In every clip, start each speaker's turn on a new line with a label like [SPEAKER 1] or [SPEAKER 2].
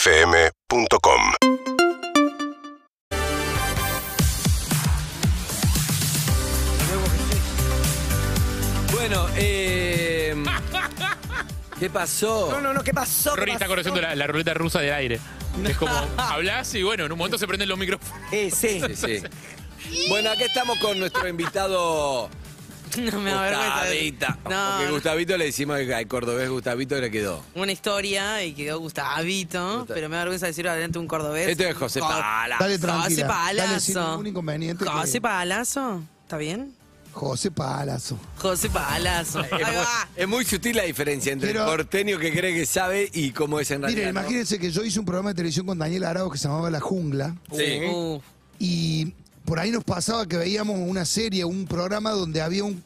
[SPEAKER 1] UrbanaPlayFM.com
[SPEAKER 2] Bueno, eh, ¿qué pasó?
[SPEAKER 3] No, no, no, ¿qué pasó? ¿Qué
[SPEAKER 4] Rory está
[SPEAKER 3] pasó?
[SPEAKER 4] conociendo la, la ruleta rusa del aire. Es como, hablas y bueno, en un momento se prenden los micrófonos.
[SPEAKER 3] Eh, sí.
[SPEAKER 2] Sí, sí. Bueno, acá estamos con nuestro invitado
[SPEAKER 5] No me avergüenza.
[SPEAKER 2] Gustavita.
[SPEAKER 5] No,
[SPEAKER 2] Porque
[SPEAKER 5] no.
[SPEAKER 2] Gustavito le decimos al cordobés Gustavito y le quedó.
[SPEAKER 5] Una historia y quedó Gustavito,
[SPEAKER 2] Gusta-
[SPEAKER 5] pero me da vergüenza decirlo adelante un cordobés.
[SPEAKER 2] Esto es José
[SPEAKER 5] Co-
[SPEAKER 2] Pala.
[SPEAKER 6] Dale
[SPEAKER 5] José
[SPEAKER 6] tranquila. Dale sin
[SPEAKER 5] Palazo.
[SPEAKER 6] ningún inconveniente. que-
[SPEAKER 5] José Palazo, ¿está bien?
[SPEAKER 6] José Palazo.
[SPEAKER 5] José Palazo. Ahí
[SPEAKER 2] Es muy,
[SPEAKER 5] va.
[SPEAKER 2] es muy sutil la diferencia entre
[SPEAKER 6] Quiero-
[SPEAKER 2] el porteño que cree que sabe y cómo es en realidad.
[SPEAKER 6] Miren,
[SPEAKER 2] ¿no?
[SPEAKER 6] imagínense que yo hice un programa de televisión con Daniel Arao que se llamaba La Jungla.
[SPEAKER 2] Sí.
[SPEAKER 5] Uh,
[SPEAKER 6] Y por ahí nos pasaba que veíamos una serie, un programa donde había un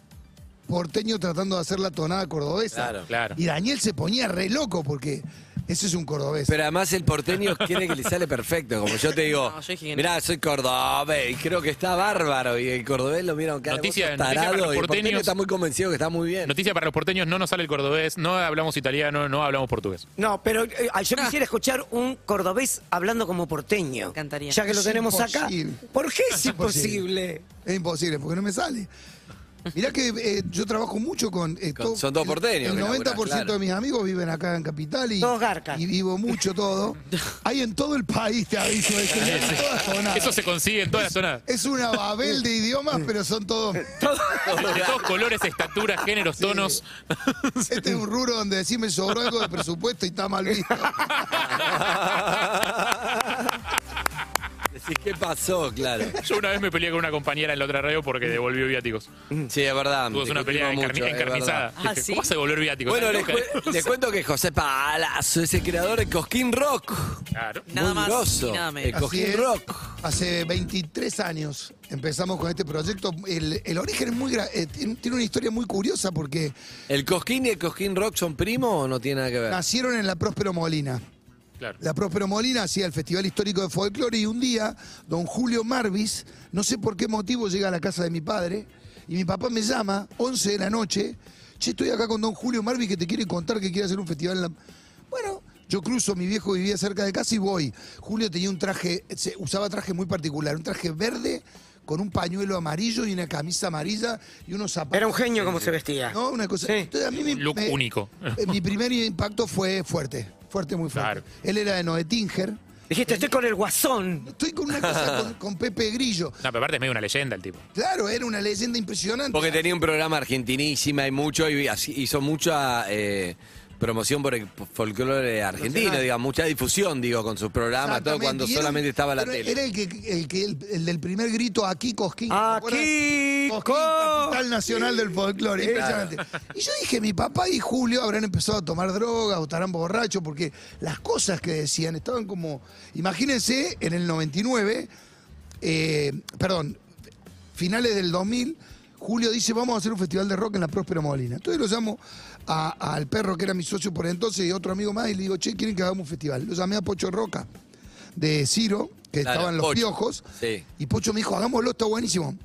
[SPEAKER 6] porteño tratando de hacer la tonada cordobesa.
[SPEAKER 2] Claro.
[SPEAKER 4] Claro.
[SPEAKER 6] Y Daniel se ponía re loco porque ese es un cordobés.
[SPEAKER 2] Pero además el porteño quiere que le sale perfecto. Como yo te digo,
[SPEAKER 5] No, yo dije que no.
[SPEAKER 2] mirá, soy cordobés y creo que está bárbaro. Y el cordobés lo mira cara
[SPEAKER 4] Noticia-
[SPEAKER 2] de vos sos
[SPEAKER 4] noticia para
[SPEAKER 2] tarado.
[SPEAKER 4] los
[SPEAKER 2] y el porteño
[SPEAKER 4] porteños.
[SPEAKER 2] está muy convencido que está muy bien.
[SPEAKER 4] Noticia para los porteños, no nos sale el cordobés, no hablamos italiano, no hablamos portugués.
[SPEAKER 3] No, pero eh, yo quisiera escuchar un cordobés hablando como porteño.
[SPEAKER 5] encantaría.
[SPEAKER 3] Ya que lo
[SPEAKER 6] Es
[SPEAKER 3] tenemos acá.
[SPEAKER 6] imposible.
[SPEAKER 3] ¿Por qué es
[SPEAKER 6] Es imposible.
[SPEAKER 3] imposible?
[SPEAKER 6] Es imposible porque no me sale. Mirá que eh, yo trabajo mucho con... eh,
[SPEAKER 2] Con-
[SPEAKER 6] todo-
[SPEAKER 2] son todos porteños
[SPEAKER 6] El,
[SPEAKER 2] que laburás,
[SPEAKER 6] 90%
[SPEAKER 2] claro.
[SPEAKER 6] de mis amigos viven acá en Capital y...
[SPEAKER 3] Todos garcas.
[SPEAKER 6] Y vivo mucho todo. Hay en todo el país, te aviso. Es, en todas zonas.
[SPEAKER 4] Eso se consigue en todas las zonas.
[SPEAKER 6] Es una babel de idiomas, pero son todos...
[SPEAKER 4] De todos colores, estaturas, géneros, tonos.
[SPEAKER 6] Este es un rubro donde decís me sobró algo de presupuesto y está mal visto.
[SPEAKER 2] Decís, ¿qué pasó? Claro.
[SPEAKER 4] Yo una vez me peleé con una compañera en la otra radio porque devolvió viáticos.
[SPEAKER 2] Sí, es verdad.
[SPEAKER 4] Tuvo
[SPEAKER 2] te
[SPEAKER 4] una pelea
[SPEAKER 2] discutimos
[SPEAKER 4] encarni-
[SPEAKER 2] mucho, es
[SPEAKER 4] encarnizada.
[SPEAKER 2] verdad.
[SPEAKER 5] Ah,
[SPEAKER 4] Dije,
[SPEAKER 5] ¿sí?
[SPEAKER 4] ¿Cómo vas a devolver viáticos?
[SPEAKER 2] Bueno, les,
[SPEAKER 4] Loca.
[SPEAKER 2] cu- les cuento que José Palazo es el creador de Cosquín Rock.
[SPEAKER 4] Claro.
[SPEAKER 5] Nada más y
[SPEAKER 2] Bulgoso.
[SPEAKER 5] nada menos.
[SPEAKER 2] El Cosquín
[SPEAKER 6] Así es.
[SPEAKER 2] Rock.
[SPEAKER 6] Hace 23 años empezamos con este proyecto. El, el origen es muy gra- eh, tiene tiene una historia muy curiosa porque
[SPEAKER 2] ¿El Cosquín y el Cosquín Rock son primos o no tiene nada que ver?
[SPEAKER 6] nacieron en la Próspero Molina.
[SPEAKER 4] Claro.
[SPEAKER 6] La Próspero Molina hacía el Festival Histórico de Folclore y un día don Julio Marvis, no sé por qué motivo, llega a la casa de mi padre y mi papá me llama, 11 de la noche, che, estoy acá con don Julio Marvis que te quiere contar que quiere hacer un festival en la... Bueno, yo cruzo, mi viejo vivía cerca de casa y voy. Julio tenía un traje, se- usaba traje muy particular, un traje verde con un pañuelo amarillo y una camisa amarilla y unos zapatos.
[SPEAKER 3] Era un genio como se vestía.
[SPEAKER 6] ¿no? Una cosa.
[SPEAKER 3] Sí.
[SPEAKER 6] Entonces, a mí me-
[SPEAKER 4] Look
[SPEAKER 6] me-
[SPEAKER 4] único.
[SPEAKER 6] eh, mi primer impacto fue fuerte, fuerte, muy
[SPEAKER 4] Claro.
[SPEAKER 6] fuerte. Él era de Noetinger.
[SPEAKER 3] Dijiste, estoy con el guasón.
[SPEAKER 6] Estoy con una cosa con, con Pepe Grillo.
[SPEAKER 4] No, pero aparte es medio una leyenda el tipo.
[SPEAKER 6] Claro, era una leyenda impresionante.
[SPEAKER 2] Porque tenía un programa argentinísima y mucho, y así- hizo mucha eh, promoción por el folclore argentino,
[SPEAKER 6] Nacional.
[SPEAKER 2] digamos, mucha difusión, digo, con sus programas, todo
[SPEAKER 6] Exactamente.
[SPEAKER 2] cuando
[SPEAKER 6] Y era un-
[SPEAKER 2] solamente estaba la
[SPEAKER 6] pero
[SPEAKER 2] tele.
[SPEAKER 6] Era el, que, el, que- el- el del primer grito aquí, Cosquín. ¿te acuerdas?
[SPEAKER 3] Aquí.
[SPEAKER 6] Cosquín, capital nacional del folclore. Impresionante. Y yo dije, mi papá y Julio habrán empezado a tomar drogas o estarán borrachos, porque las cosas que decían estaban como. Imagínense, en el 99, eh, perdón, finales del 2000, Julio dice, vamos a hacer un festival de rock en la Próspero Molina. Entonces lo llamo a- al perro que era mi socio por entonces y otro amigo más y le digo, che, ¿quieren que hagamos un festival? Lo llamé a Pocho Roca de Ciro, que
[SPEAKER 2] Claro,
[SPEAKER 6] estaban los
[SPEAKER 2] Pocho.
[SPEAKER 6] piojos.
[SPEAKER 2] Sí.
[SPEAKER 6] Y Pocho me dijo, hagámoslo, está buenísimo.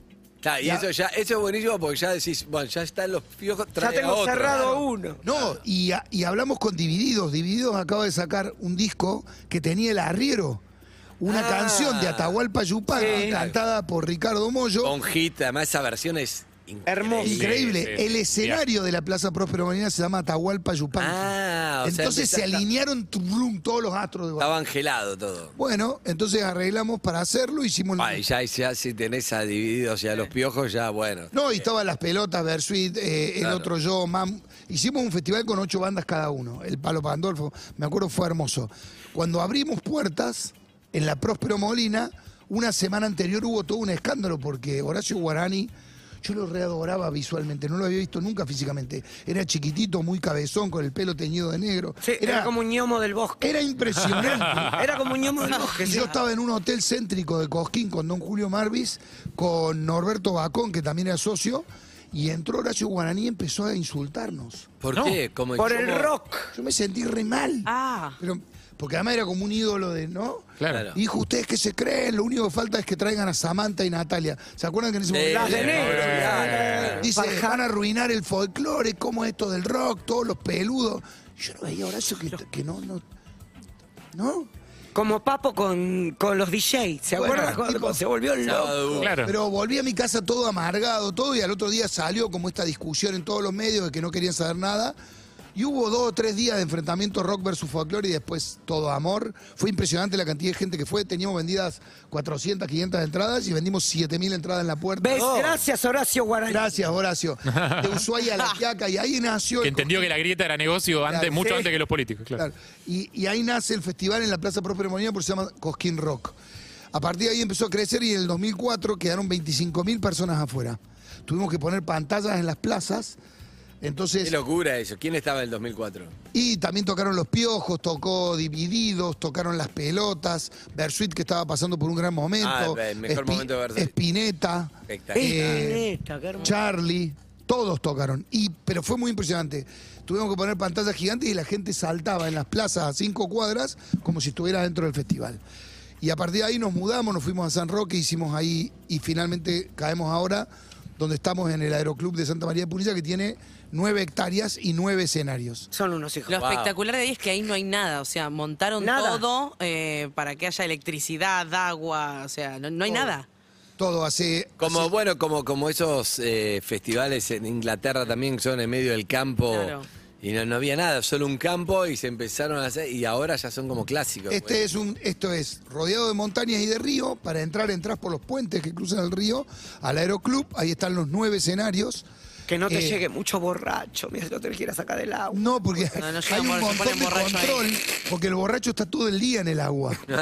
[SPEAKER 2] Claro, y
[SPEAKER 6] Ya.
[SPEAKER 2] eso ya, eso es buenísimo porque ya decís, bueno, ya están los piojos,
[SPEAKER 3] Ya
[SPEAKER 2] trae a
[SPEAKER 3] tengo
[SPEAKER 2] otro.
[SPEAKER 3] cerrado uno.
[SPEAKER 6] No, y, a- y hablamos con Divididos. Divididos acaba de sacar un disco que tenía el arriero. Una
[SPEAKER 2] Ah.
[SPEAKER 6] canción de Atahualpa Yupan
[SPEAKER 3] Sí.
[SPEAKER 6] cantada por Ricardo Mollo.
[SPEAKER 2] Con hit, además esa versión es increíble.
[SPEAKER 3] Hermoso.
[SPEAKER 6] Increíble.
[SPEAKER 4] Sí, sí,
[SPEAKER 6] el
[SPEAKER 4] sí.
[SPEAKER 6] escenario de la Plaza Próspero Molina se llama Atahualpa Yupan.
[SPEAKER 2] Ah, o sea,
[SPEAKER 6] entonces se
[SPEAKER 2] empezás-
[SPEAKER 6] alinearon trum, todos los astros de
[SPEAKER 2] Estaba
[SPEAKER 6] Guadalajara.
[SPEAKER 2] angelado todo.
[SPEAKER 6] Bueno, entonces arreglamos para hacerlo, hicimos...
[SPEAKER 2] Ay, ya, ya si tenés a divididos ya los piojos, ya bueno.
[SPEAKER 6] No, y estaban las pelotas, Bersuit, eh, el
[SPEAKER 2] Claro.
[SPEAKER 6] otro yo, Mam. Hicimos un festival con ocho bandas cada uno. El Palo Pandolfo, me acuerdo, fue hermoso. Cuando abrimos puertas en la Próspero Molina, una semana anterior hubo todo un escándalo porque Horacio Guarani, yo lo readoraba visualmente, no lo había visto nunca físicamente. Era chiquitito, muy cabezón, con el pelo teñido de negro.
[SPEAKER 3] Sí, era, como un ñomo del bosque.
[SPEAKER 6] era impresionante.
[SPEAKER 3] Era como un ñomo del bosque.
[SPEAKER 6] Y
[SPEAKER 3] sí.
[SPEAKER 6] yo estaba en un hotel céntrico de Cosquín con don Julio Marvis, con Norberto Bacón, que también era socio, y entró Horacio Guaraní y empezó a insultarnos.
[SPEAKER 2] ¿Por
[SPEAKER 4] No.
[SPEAKER 2] qué? Como-
[SPEAKER 3] Por el
[SPEAKER 2] como-
[SPEAKER 3] rock.
[SPEAKER 6] Yo me sentí re mal.
[SPEAKER 5] Ah,
[SPEAKER 6] Pero, porque además era como un ídolo de, ¿no?
[SPEAKER 4] Claro.
[SPEAKER 6] Y dijo, ustedes que se creen, lo único que falta es que traigan a Samantha y Natalia. ¿Se acuerdan que en ese
[SPEAKER 2] Sí,
[SPEAKER 6] momento?
[SPEAKER 3] Las de
[SPEAKER 2] Eh,
[SPEAKER 3] negro.
[SPEAKER 2] eh,
[SPEAKER 3] claro.
[SPEAKER 6] Dice, van a arruinar el folclore, como esto del rock, todos los peludos. Yo no veía a Horacio que, que no, no, ¿No?
[SPEAKER 3] Como Papo con, con los DJ. ¿Se
[SPEAKER 6] Bueno,
[SPEAKER 3] acuerdan cuando
[SPEAKER 6] tipo-
[SPEAKER 3] se volvió loco?
[SPEAKER 2] Sábado.
[SPEAKER 4] Claro.
[SPEAKER 6] Pero volví a mi casa todo amargado, todo, y al otro día salió como esta discusión en todos los medios de que no querían saber nada. Y hubo dos o tres días de enfrentamiento rock versus folclore y después todo amor. Fue impresionante la cantidad de gente que fue. Teníamos vendidas 400, 500 entradas y vendimos 7.000 entradas en la puerta. Oh.
[SPEAKER 3] ¿Ves? Gracias, Horacio Guaraní.
[SPEAKER 6] Gracias, Horacio. De Ushuaia a La Quiaca y ahí nació...
[SPEAKER 4] Que
[SPEAKER 6] el
[SPEAKER 4] entendió que la grieta era negocio antes,
[SPEAKER 6] Claro,
[SPEAKER 4] mucho
[SPEAKER 6] sí.
[SPEAKER 4] antes que los políticos, claro.
[SPEAKER 6] Claro. Y, y ahí nace el festival en la Plaza Próspero Molina porque se llama Cosquín Rock. A partir de ahí empezó a crecer y en el 2004 quedaron 25.000 personas afuera. Tuvimos que poner pantallas en las plazas.
[SPEAKER 2] Qué
[SPEAKER 6] Entonces,
[SPEAKER 2] locura eso. ¿Quién estaba en el 2004?
[SPEAKER 6] y también tocaron Los Piojos, tocó Divididos, tocaron Las Pelotas, Bersuit que estaba pasando por un gran momento,
[SPEAKER 2] Ah, el mejor momento de Bersuit.
[SPEAKER 6] Spinetta,
[SPEAKER 2] Espectacular.
[SPEAKER 6] eh,
[SPEAKER 3] Neta, qué hermoso.
[SPEAKER 6] Charlie, todos tocaron. Y, pero fue muy impresionante. Tuvimos que poner pantallas gigantes y la gente saltaba en las plazas a cinco cuadras como si estuviera dentro del festival. Y a partir de ahí nos mudamos, nos fuimos a San Roque, hicimos ahí y finalmente caemos ahora donde estamos en el Aeroclub de Santa María de Punilla que tiene nueve hectáreas y nueve escenarios.
[SPEAKER 3] Son unos hijos.
[SPEAKER 5] Lo
[SPEAKER 2] Wow.
[SPEAKER 5] espectacular de ahí es que ahí no hay nada, o sea, montaron
[SPEAKER 3] Nada.
[SPEAKER 5] todo eh, para que haya electricidad, agua, o sea, no, no hay nada.
[SPEAKER 6] Todo hace...
[SPEAKER 2] Como,
[SPEAKER 6] hace-
[SPEAKER 2] bueno, como, como esos eh, festivales en Inglaterra también que son en medio del campo.
[SPEAKER 5] Claro.
[SPEAKER 2] Y no, no había nada, solo un campo y se empezaron a hacer. Y ahora ya son como clásicos.
[SPEAKER 6] Este es un, esto es rodeado de montañas y de río. Para entrar, entras por los puentes que cruzan el río al aeroclub. Ahí están los nueve escenarios.
[SPEAKER 3] Que no te
[SPEAKER 6] Eh,
[SPEAKER 3] llegue mucho borracho. Mira, no te lo quieras sacar del agua.
[SPEAKER 6] No, porque
[SPEAKER 5] No, no llega
[SPEAKER 6] hay un
[SPEAKER 5] borracho,
[SPEAKER 6] montón
[SPEAKER 5] se
[SPEAKER 6] de
[SPEAKER 5] pone borracho ahí.
[SPEAKER 6] control, porque el borracho está todo el día en el agua. No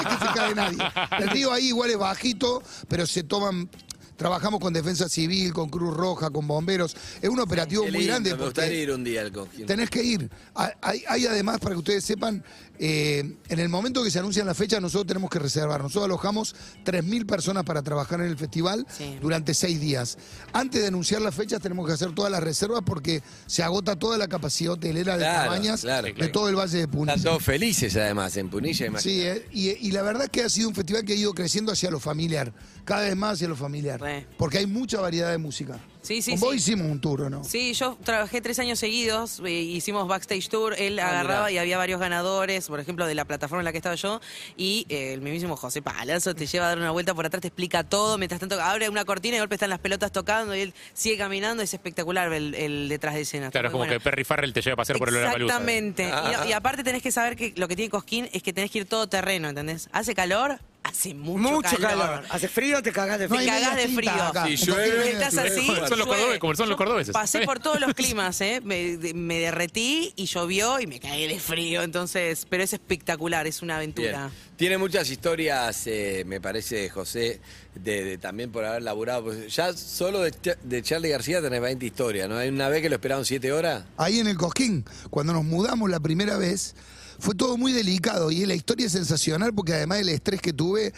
[SPEAKER 6] es que se cae nadie. El río ahí igual es bajito, pero se toman... Trabajamos con Defensa Civil, con Cruz Roja, con bomberos. Es un operativo
[SPEAKER 2] Qué
[SPEAKER 6] muy
[SPEAKER 2] lindo,
[SPEAKER 6] grande.
[SPEAKER 2] Me
[SPEAKER 6] porque-
[SPEAKER 2] gustaría ir un día al Cojín.
[SPEAKER 6] Tenés que ir. Hay- Hay, hay además, para que ustedes sepan, eh, en el momento que se anuncian las fechas, nosotros tenemos que reservar. Nosotros alojamos 3.000 personas para trabajar en el festival
[SPEAKER 5] Sí.
[SPEAKER 6] durante seis días. Antes de anunciar las fechas, tenemos que hacer todas las reservas porque se agota toda la capacidad hotelera de
[SPEAKER 2] Claro,
[SPEAKER 6] cabañas
[SPEAKER 2] claro,
[SPEAKER 6] de
[SPEAKER 2] claro.
[SPEAKER 6] todo el Valle de Punilla.
[SPEAKER 2] Están todos felices además en Punilla, imagínate.
[SPEAKER 6] Sí, eh, y, y la verdad es que ha sido un festival que ha ido creciendo hacia lo familiar, cada vez más hacia lo familiar,
[SPEAKER 5] Re.
[SPEAKER 6] porque hay mucha variedad de música.
[SPEAKER 5] Sí, sí,
[SPEAKER 6] Con vos
[SPEAKER 5] sí.
[SPEAKER 6] hicimos un tour, ¿o ¿no?
[SPEAKER 5] Sí, yo trabajé tres años seguidos, eh, hicimos backstage tour, él
[SPEAKER 2] Ah,
[SPEAKER 5] agarraba
[SPEAKER 2] mirá.
[SPEAKER 5] y había varios ganadores, por ejemplo, de la plataforma en la que estaba yo, y eh, el mismísimo José Palazzo te lleva a dar una vuelta por atrás, te explica todo, mientras tanto abre una cortina y de golpe están las pelotas tocando y él sigue caminando, es espectacular el, el detrás de escena. está
[SPEAKER 4] Claro, es
[SPEAKER 5] muy
[SPEAKER 4] como
[SPEAKER 5] bueno.
[SPEAKER 4] que Perry Farrell te lleva a pasear por el Lollapalooza.
[SPEAKER 5] Exactamente. Y-
[SPEAKER 4] Ah.
[SPEAKER 5] Y, aparte tenés que saber que lo que tiene Cosquín es que tenés que ir todo terreno, ¿entendés? Hace calor, hace mucho,
[SPEAKER 3] Mucho calor. Hace frío, te cagás de
[SPEAKER 6] No
[SPEAKER 3] frío.
[SPEAKER 6] hay
[SPEAKER 5] cagás
[SPEAKER 6] medias
[SPEAKER 5] de
[SPEAKER 6] tintas
[SPEAKER 5] frío.
[SPEAKER 6] acá.
[SPEAKER 2] Sí,
[SPEAKER 6] Como
[SPEAKER 2] llueve.
[SPEAKER 6] tiene medias
[SPEAKER 5] Estás así.
[SPEAKER 4] Son los
[SPEAKER 5] llueve.
[SPEAKER 4] cordobeses, como son los
[SPEAKER 5] Yo
[SPEAKER 4] cordobeses.
[SPEAKER 5] Pasé por todos los climas, ¿eh? Me, de- me derretí y llovió y me caí de frío. Entonces, pero es espectacular, es una
[SPEAKER 2] Bien.
[SPEAKER 5] aventura.
[SPEAKER 2] Tiene muchas historias, eh, me parece, José, de, de también por haber laburado. Pues ya solo de, Cha- de Charlie García tenés 20 historias, ¿no? Hay una vez que lo esperaron 7 horas.
[SPEAKER 6] ahí en el Cosquín, cuando nos mudamos la primera vez, fue todo muy delicado y la historia es sensacional porque además del estrés que tuve,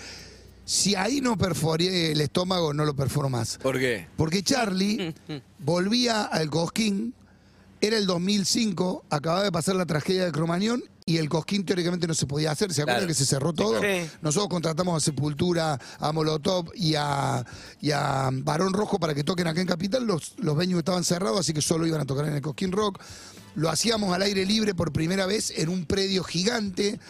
[SPEAKER 6] si ahí no perforé el estómago, no lo perforo más.
[SPEAKER 2] ¿Por qué?
[SPEAKER 6] Porque Charlie volvía al Cosquín, era el 2005, acababa de pasar la tragedia de Cromañón y el Cosquín teóricamente no se podía hacer. ¿Se acuerdan
[SPEAKER 2] Claro.
[SPEAKER 6] que se cerró todo?
[SPEAKER 3] claro. Sí.
[SPEAKER 6] Nosotros contratamos a Sepultura, a Molotov y a, y a Barón Rojo para que toquen acá en Capital. Los, los venues estaban cerrados, así que solo iban a tocar en el Cosquín Rock. Lo hacíamos al aire libre por primera vez en un predio gigante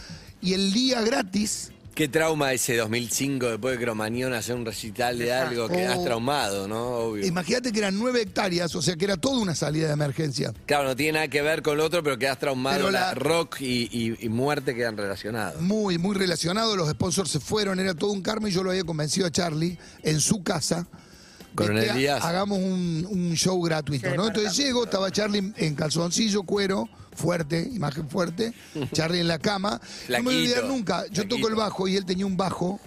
[SPEAKER 6] y el día gratis.
[SPEAKER 2] Qué trauma ese 2005 después de Cromañón hacer un recital de algo que has
[SPEAKER 6] Oh.
[SPEAKER 2] traumado, ¿no? Obvio.
[SPEAKER 6] Imagínate que eran nueve hectáreas, o sea que era toda una salida de emergencia.
[SPEAKER 2] Claro, no tiene nada que ver con lo otro, pero quedas traumado.
[SPEAKER 6] Pero
[SPEAKER 2] la...
[SPEAKER 6] la-
[SPEAKER 2] rock y, y- y muerte quedan relacionados.
[SPEAKER 6] Muy, muy relacionado. Los sponsors se fueron, era todo un karma y yo lo había convencido a Charlie en su casa. de
[SPEAKER 2] Coronel
[SPEAKER 6] que ha-
[SPEAKER 2] Díaz.
[SPEAKER 6] Hagamos un, un show gratuito, ¿no? Entonces llego, estaba Charlie en calzoncillo, cuero, fuerte, imagen fuerte. Charlie en la cama. No me voy a olvidar
[SPEAKER 2] Flaquito,
[SPEAKER 6] nunca. Yo toco el
[SPEAKER 2] flaquito.
[SPEAKER 6] bajo y él tenía un bajo.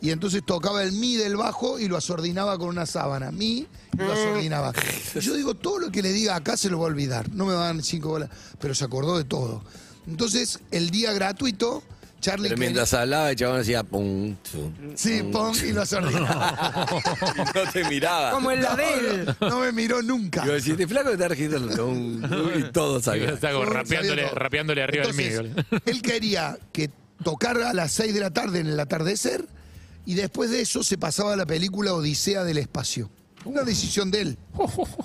[SPEAKER 6] Y entonces tocaba el mi del bajo y lo asordinaba con una sábana. Mi y lo asordinaba. Y Yo digo, todo lo que le diga acá se lo va a olvidar. No me van cinco bolas. Pero se acordó de todo. Entonces, el día gratuito, Charlie.
[SPEAKER 2] Pero
[SPEAKER 6] que-
[SPEAKER 2] mientras hablaba, el chabón decía pum, tum,
[SPEAKER 6] Sí,
[SPEAKER 2] pum.
[SPEAKER 6] pon y lo asordinaba.
[SPEAKER 2] no te miraba.
[SPEAKER 3] Como el
[SPEAKER 6] No,
[SPEAKER 3] Adel.
[SPEAKER 6] no, no me miró nunca.
[SPEAKER 2] Y vos decís, "Este flaco está registrando tum, tum", y todo sabía.
[SPEAKER 4] Está como
[SPEAKER 6] Yo
[SPEAKER 4] rapeándole,
[SPEAKER 6] sabía todo.
[SPEAKER 4] rapeándole arriba del
[SPEAKER 6] Entonces,
[SPEAKER 4] mío.
[SPEAKER 6] Él quería que tocara a las 6 de la tarde en el atardecer y después de eso se pasaba a la película Odisea del Espacio. Una
[SPEAKER 4] Uh.
[SPEAKER 6] decisión de él.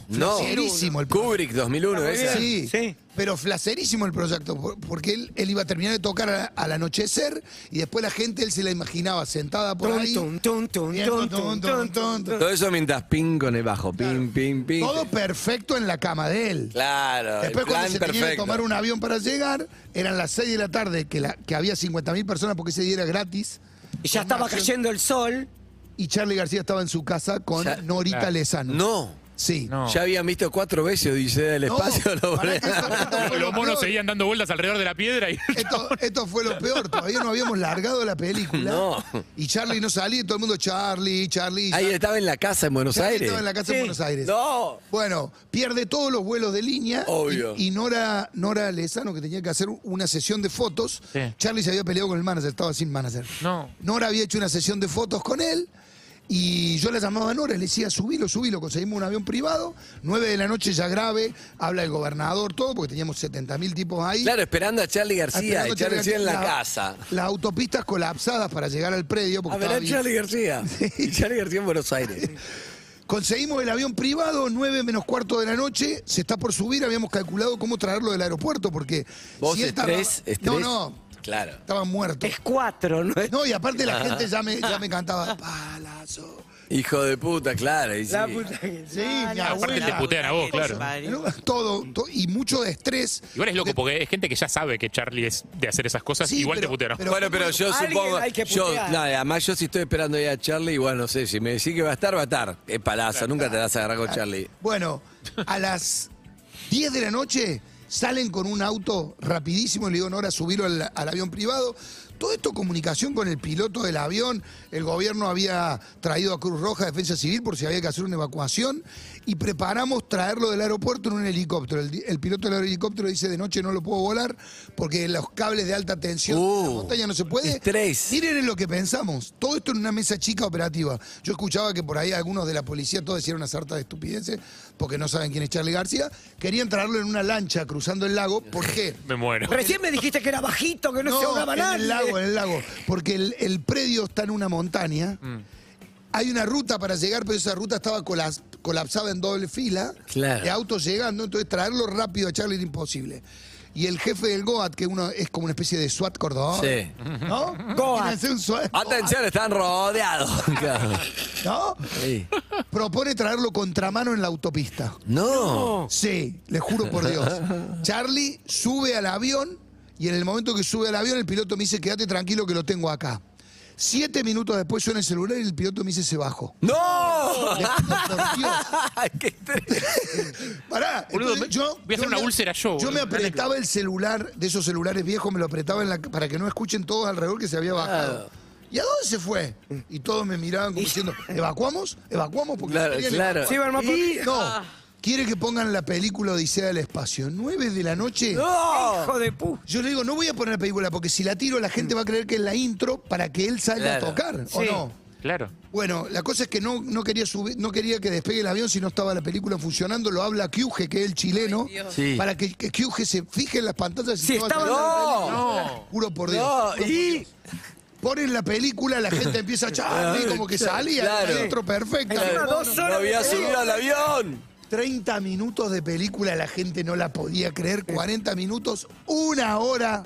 [SPEAKER 2] No,
[SPEAKER 6] Flacerísimo el
[SPEAKER 2] Kubrick 2001, esa.
[SPEAKER 6] Sí,
[SPEAKER 3] Sí.
[SPEAKER 6] pero flacerísimo el proyecto, por- porque él, él iba a terminar de tocar a- al anochecer y después la gente, él se la imaginaba sentada por ahí.
[SPEAKER 3] Tun, tun, tun,
[SPEAKER 6] Bien,
[SPEAKER 3] tun,
[SPEAKER 6] tun,
[SPEAKER 3] tun,
[SPEAKER 6] tun,
[SPEAKER 3] tun,
[SPEAKER 6] tun, tun.
[SPEAKER 2] Todo eso mientras pin con el bajo, pin, pin, pin.
[SPEAKER 6] Todo perfecto en la cama de él.
[SPEAKER 2] Claro,
[SPEAKER 6] Después
[SPEAKER 2] el
[SPEAKER 6] cuando
[SPEAKER 2] plan
[SPEAKER 6] se tenía que
[SPEAKER 2] perfecto.
[SPEAKER 6] tomar un avión para llegar, eran las 6 de la tarde, que, la, que había 50.000 personas porque ese día era gratis.
[SPEAKER 3] Y ya estaba cayendo el sol.
[SPEAKER 6] Y Charlie García estaba en su casa con
[SPEAKER 2] Ya-
[SPEAKER 6] Norita
[SPEAKER 4] Claro.
[SPEAKER 6] Lezano.
[SPEAKER 2] No,
[SPEAKER 6] Sí.
[SPEAKER 4] No.
[SPEAKER 2] ya habían visto cuatro veces Odisea del
[SPEAKER 6] No,
[SPEAKER 2] Espacio. lo
[SPEAKER 6] pará
[SPEAKER 2] volé-
[SPEAKER 6] que esto- esto fue lo
[SPEAKER 4] Los monos
[SPEAKER 6] peor. Eh,
[SPEAKER 4] seguían dando vueltas alrededor de la piedra y.
[SPEAKER 6] Esto, esto fue lo peor, todavía no habíamos largado la película.
[SPEAKER 2] No.
[SPEAKER 6] Y Charlie no salía, y todo el mundo, Charlie, Charlie.
[SPEAKER 2] Ahí
[SPEAKER 6] Charlie".
[SPEAKER 2] estaba en la casa en Buenos
[SPEAKER 6] Charlie
[SPEAKER 2] Aires.
[SPEAKER 6] Estaba en la casa de Buenos Aires.
[SPEAKER 2] No.
[SPEAKER 6] Bueno, pierde todos los vuelos de línea.
[SPEAKER 2] Obvio.
[SPEAKER 6] Y, y Nora, Nora Lezano, que tenía que hacer una sesión de fotos.
[SPEAKER 4] Sí.
[SPEAKER 6] Charlie se había peleado con el manager, estaba sin manager.
[SPEAKER 4] No.
[SPEAKER 6] Nora había hecho una sesión de fotos con él. Y yo la llamaba a Nora, le decía, subilo, subilo, conseguimos un avión privado, 9 de la noche ya grave, habla el gobernador, todo, porque teníamos 70.000 tipos ahí.
[SPEAKER 2] Claro, esperando a Charlie García.
[SPEAKER 6] Esperando
[SPEAKER 2] y Charlie García en la, casa.
[SPEAKER 6] Las autopistas colapsadas para llegar al predio.
[SPEAKER 2] A
[SPEAKER 6] Porque
[SPEAKER 2] ver,
[SPEAKER 6] estaba
[SPEAKER 2] a
[SPEAKER 6] bien.
[SPEAKER 2] Charlie García. Y Charlie García en Buenos Aires.
[SPEAKER 6] Conseguimos el avión privado, 9 menos cuarto de la noche, se está por subir, habíamos calculado cómo traerlo del aeropuerto, porque...
[SPEAKER 2] Vos
[SPEAKER 6] si esta-
[SPEAKER 2] estrés, estrés.
[SPEAKER 6] No, no,
[SPEAKER 2] Claro.
[SPEAKER 6] estaba muerto.
[SPEAKER 3] Es cuatro, ¿no?
[SPEAKER 6] No, y aparte la gente ya me, ya me cantaba, palazo.
[SPEAKER 2] Hijo de puta, claro. y
[SPEAKER 3] La
[SPEAKER 2] sí.
[SPEAKER 3] puta que-
[SPEAKER 6] Sí, mi
[SPEAKER 4] Aparte te
[SPEAKER 6] abuela.
[SPEAKER 4] putean a vos, claro.
[SPEAKER 6] Todo, todo, y mucho de estrés.
[SPEAKER 4] Igual es loco porque es gente que ya sabe que Charlie es de hacer esas cosas,
[SPEAKER 6] Sí,
[SPEAKER 4] igual
[SPEAKER 6] pero-
[SPEAKER 4] te putearon.
[SPEAKER 6] pero-
[SPEAKER 2] bueno, pero yo
[SPEAKER 3] alguien
[SPEAKER 2] supongo.
[SPEAKER 3] hay que
[SPEAKER 2] yo,
[SPEAKER 3] putear.
[SPEAKER 2] nada, además, yo si estoy esperando ahí a Charlie, igual no sé, si me decís que va a estar, va a estar. Es palazo, nunca te vas a agarrar con Charlie.
[SPEAKER 6] Bueno, a las 10 de la noche salen con un auto rapidísimo, le digo Nora, subirlo al, al avión privado. Todo esto comunicación con el piloto del avión, el gobierno había traído a Cruz Roja, Defensa Civil, por si había que hacer una evacuación, y preparamos traerlo del aeropuerto en un helicóptero. El, di- el piloto del helicóptero dice, de noche no lo puedo volar porque los cables de alta tensión en la
[SPEAKER 2] Uh,
[SPEAKER 6] montaña no se puede.
[SPEAKER 2] estrés.
[SPEAKER 6] Miren en lo que pensamos. Todo esto en una mesa chica operativa. Yo escuchaba que por ahí algunos de la policía todos hicieron una sarta de estupideces porque no saben quién es Charlie García. Querían traerlo en una lancha cruzando el lago. ¿Por qué?
[SPEAKER 4] Me muero.
[SPEAKER 3] Recién me dijiste que era bajito, que no, se ahogaba
[SPEAKER 6] en
[SPEAKER 3] nadie.
[SPEAKER 6] el lago, en el lago. Porque el, el predio está en una montaña.
[SPEAKER 2] Mm.
[SPEAKER 6] Hay una ruta para llegar, pero esa ruta estaba colas- colapsada en doble fila
[SPEAKER 2] Claro.
[SPEAKER 6] de autos llegando, entonces traerlo rápido a Charlie era imposible. Y el jefe del GOAT, que uno es como una especie de SWAT cordón,
[SPEAKER 2] Sí.
[SPEAKER 6] ¿no?
[SPEAKER 3] GOAT.
[SPEAKER 6] Imagínense un SWAT.
[SPEAKER 2] Atención, están rodeados. Claro.
[SPEAKER 6] ¿No?
[SPEAKER 2] Sí.
[SPEAKER 6] Propone traerlo contramano en la autopista.
[SPEAKER 2] No.
[SPEAKER 6] Sí, le juro por Dios. Charlie sube al avión y en el momento que sube al avión el piloto me dice, quédate tranquilo que lo tengo acá. Siete minutos después suena el celular y el piloto me dice, se bajó.
[SPEAKER 2] ¡No!
[SPEAKER 6] Le juro por Dios.
[SPEAKER 2] ¡Qué estrés!
[SPEAKER 6] Pará,
[SPEAKER 4] Boludo,
[SPEAKER 6] entonces
[SPEAKER 4] me- voy a hacer una
[SPEAKER 6] me-
[SPEAKER 4] úlcera yo,
[SPEAKER 6] Yo
[SPEAKER 4] boludo.
[SPEAKER 6] me apretaba el celular de esos celulares viejos, me lo apretaba en la, para que no escuchen todos alrededor que se había bajado. ¿Y a dónde se fue? Y todos me miraban como diciendo, ¿evacuamos? ¿Evacuamos? Porque
[SPEAKER 2] Claro,
[SPEAKER 6] querían
[SPEAKER 2] claro.
[SPEAKER 3] Sí, Barma,
[SPEAKER 6] Y-
[SPEAKER 2] ah.
[SPEAKER 6] no, quiere que pongan la película Odisea del Espacio. ¿Nueve de la noche?
[SPEAKER 2] ¡No!
[SPEAKER 3] ¡Oh! Hijo de pu.
[SPEAKER 6] Yo le digo, no voy a poner la película porque si la tiro la gente va a creer que es la intro para que él salga
[SPEAKER 2] Mm. Claro.
[SPEAKER 6] a tocar, ¿o
[SPEAKER 3] Sí.
[SPEAKER 6] no?
[SPEAKER 4] Claro.
[SPEAKER 6] Bueno, la cosa es que no, no quería subir, no quería que despegue el avión si no estaba la película funcionando. Lo habla Kiuge, que es el chileno,
[SPEAKER 2] Sí.
[SPEAKER 6] para que, que Kiuge se fije en las pantallas.
[SPEAKER 3] Sí, estaba-
[SPEAKER 6] saliendo la
[SPEAKER 2] No.
[SPEAKER 6] película. Juro por Dios.
[SPEAKER 2] ¡No!
[SPEAKER 6] Juro por
[SPEAKER 2] ¡Y!
[SPEAKER 6] Ponen la película, la gente empieza a charlar, como que
[SPEAKER 2] Claro.
[SPEAKER 6] salía
[SPEAKER 2] Claro.
[SPEAKER 6] dentro perfecto.
[SPEAKER 3] Encima dos
[SPEAKER 2] No
[SPEAKER 3] horas
[SPEAKER 2] había
[SPEAKER 3] de
[SPEAKER 2] subido al avión.
[SPEAKER 6] 30 minutos de película, la gente no la podía creer. 40 minutos, una hora.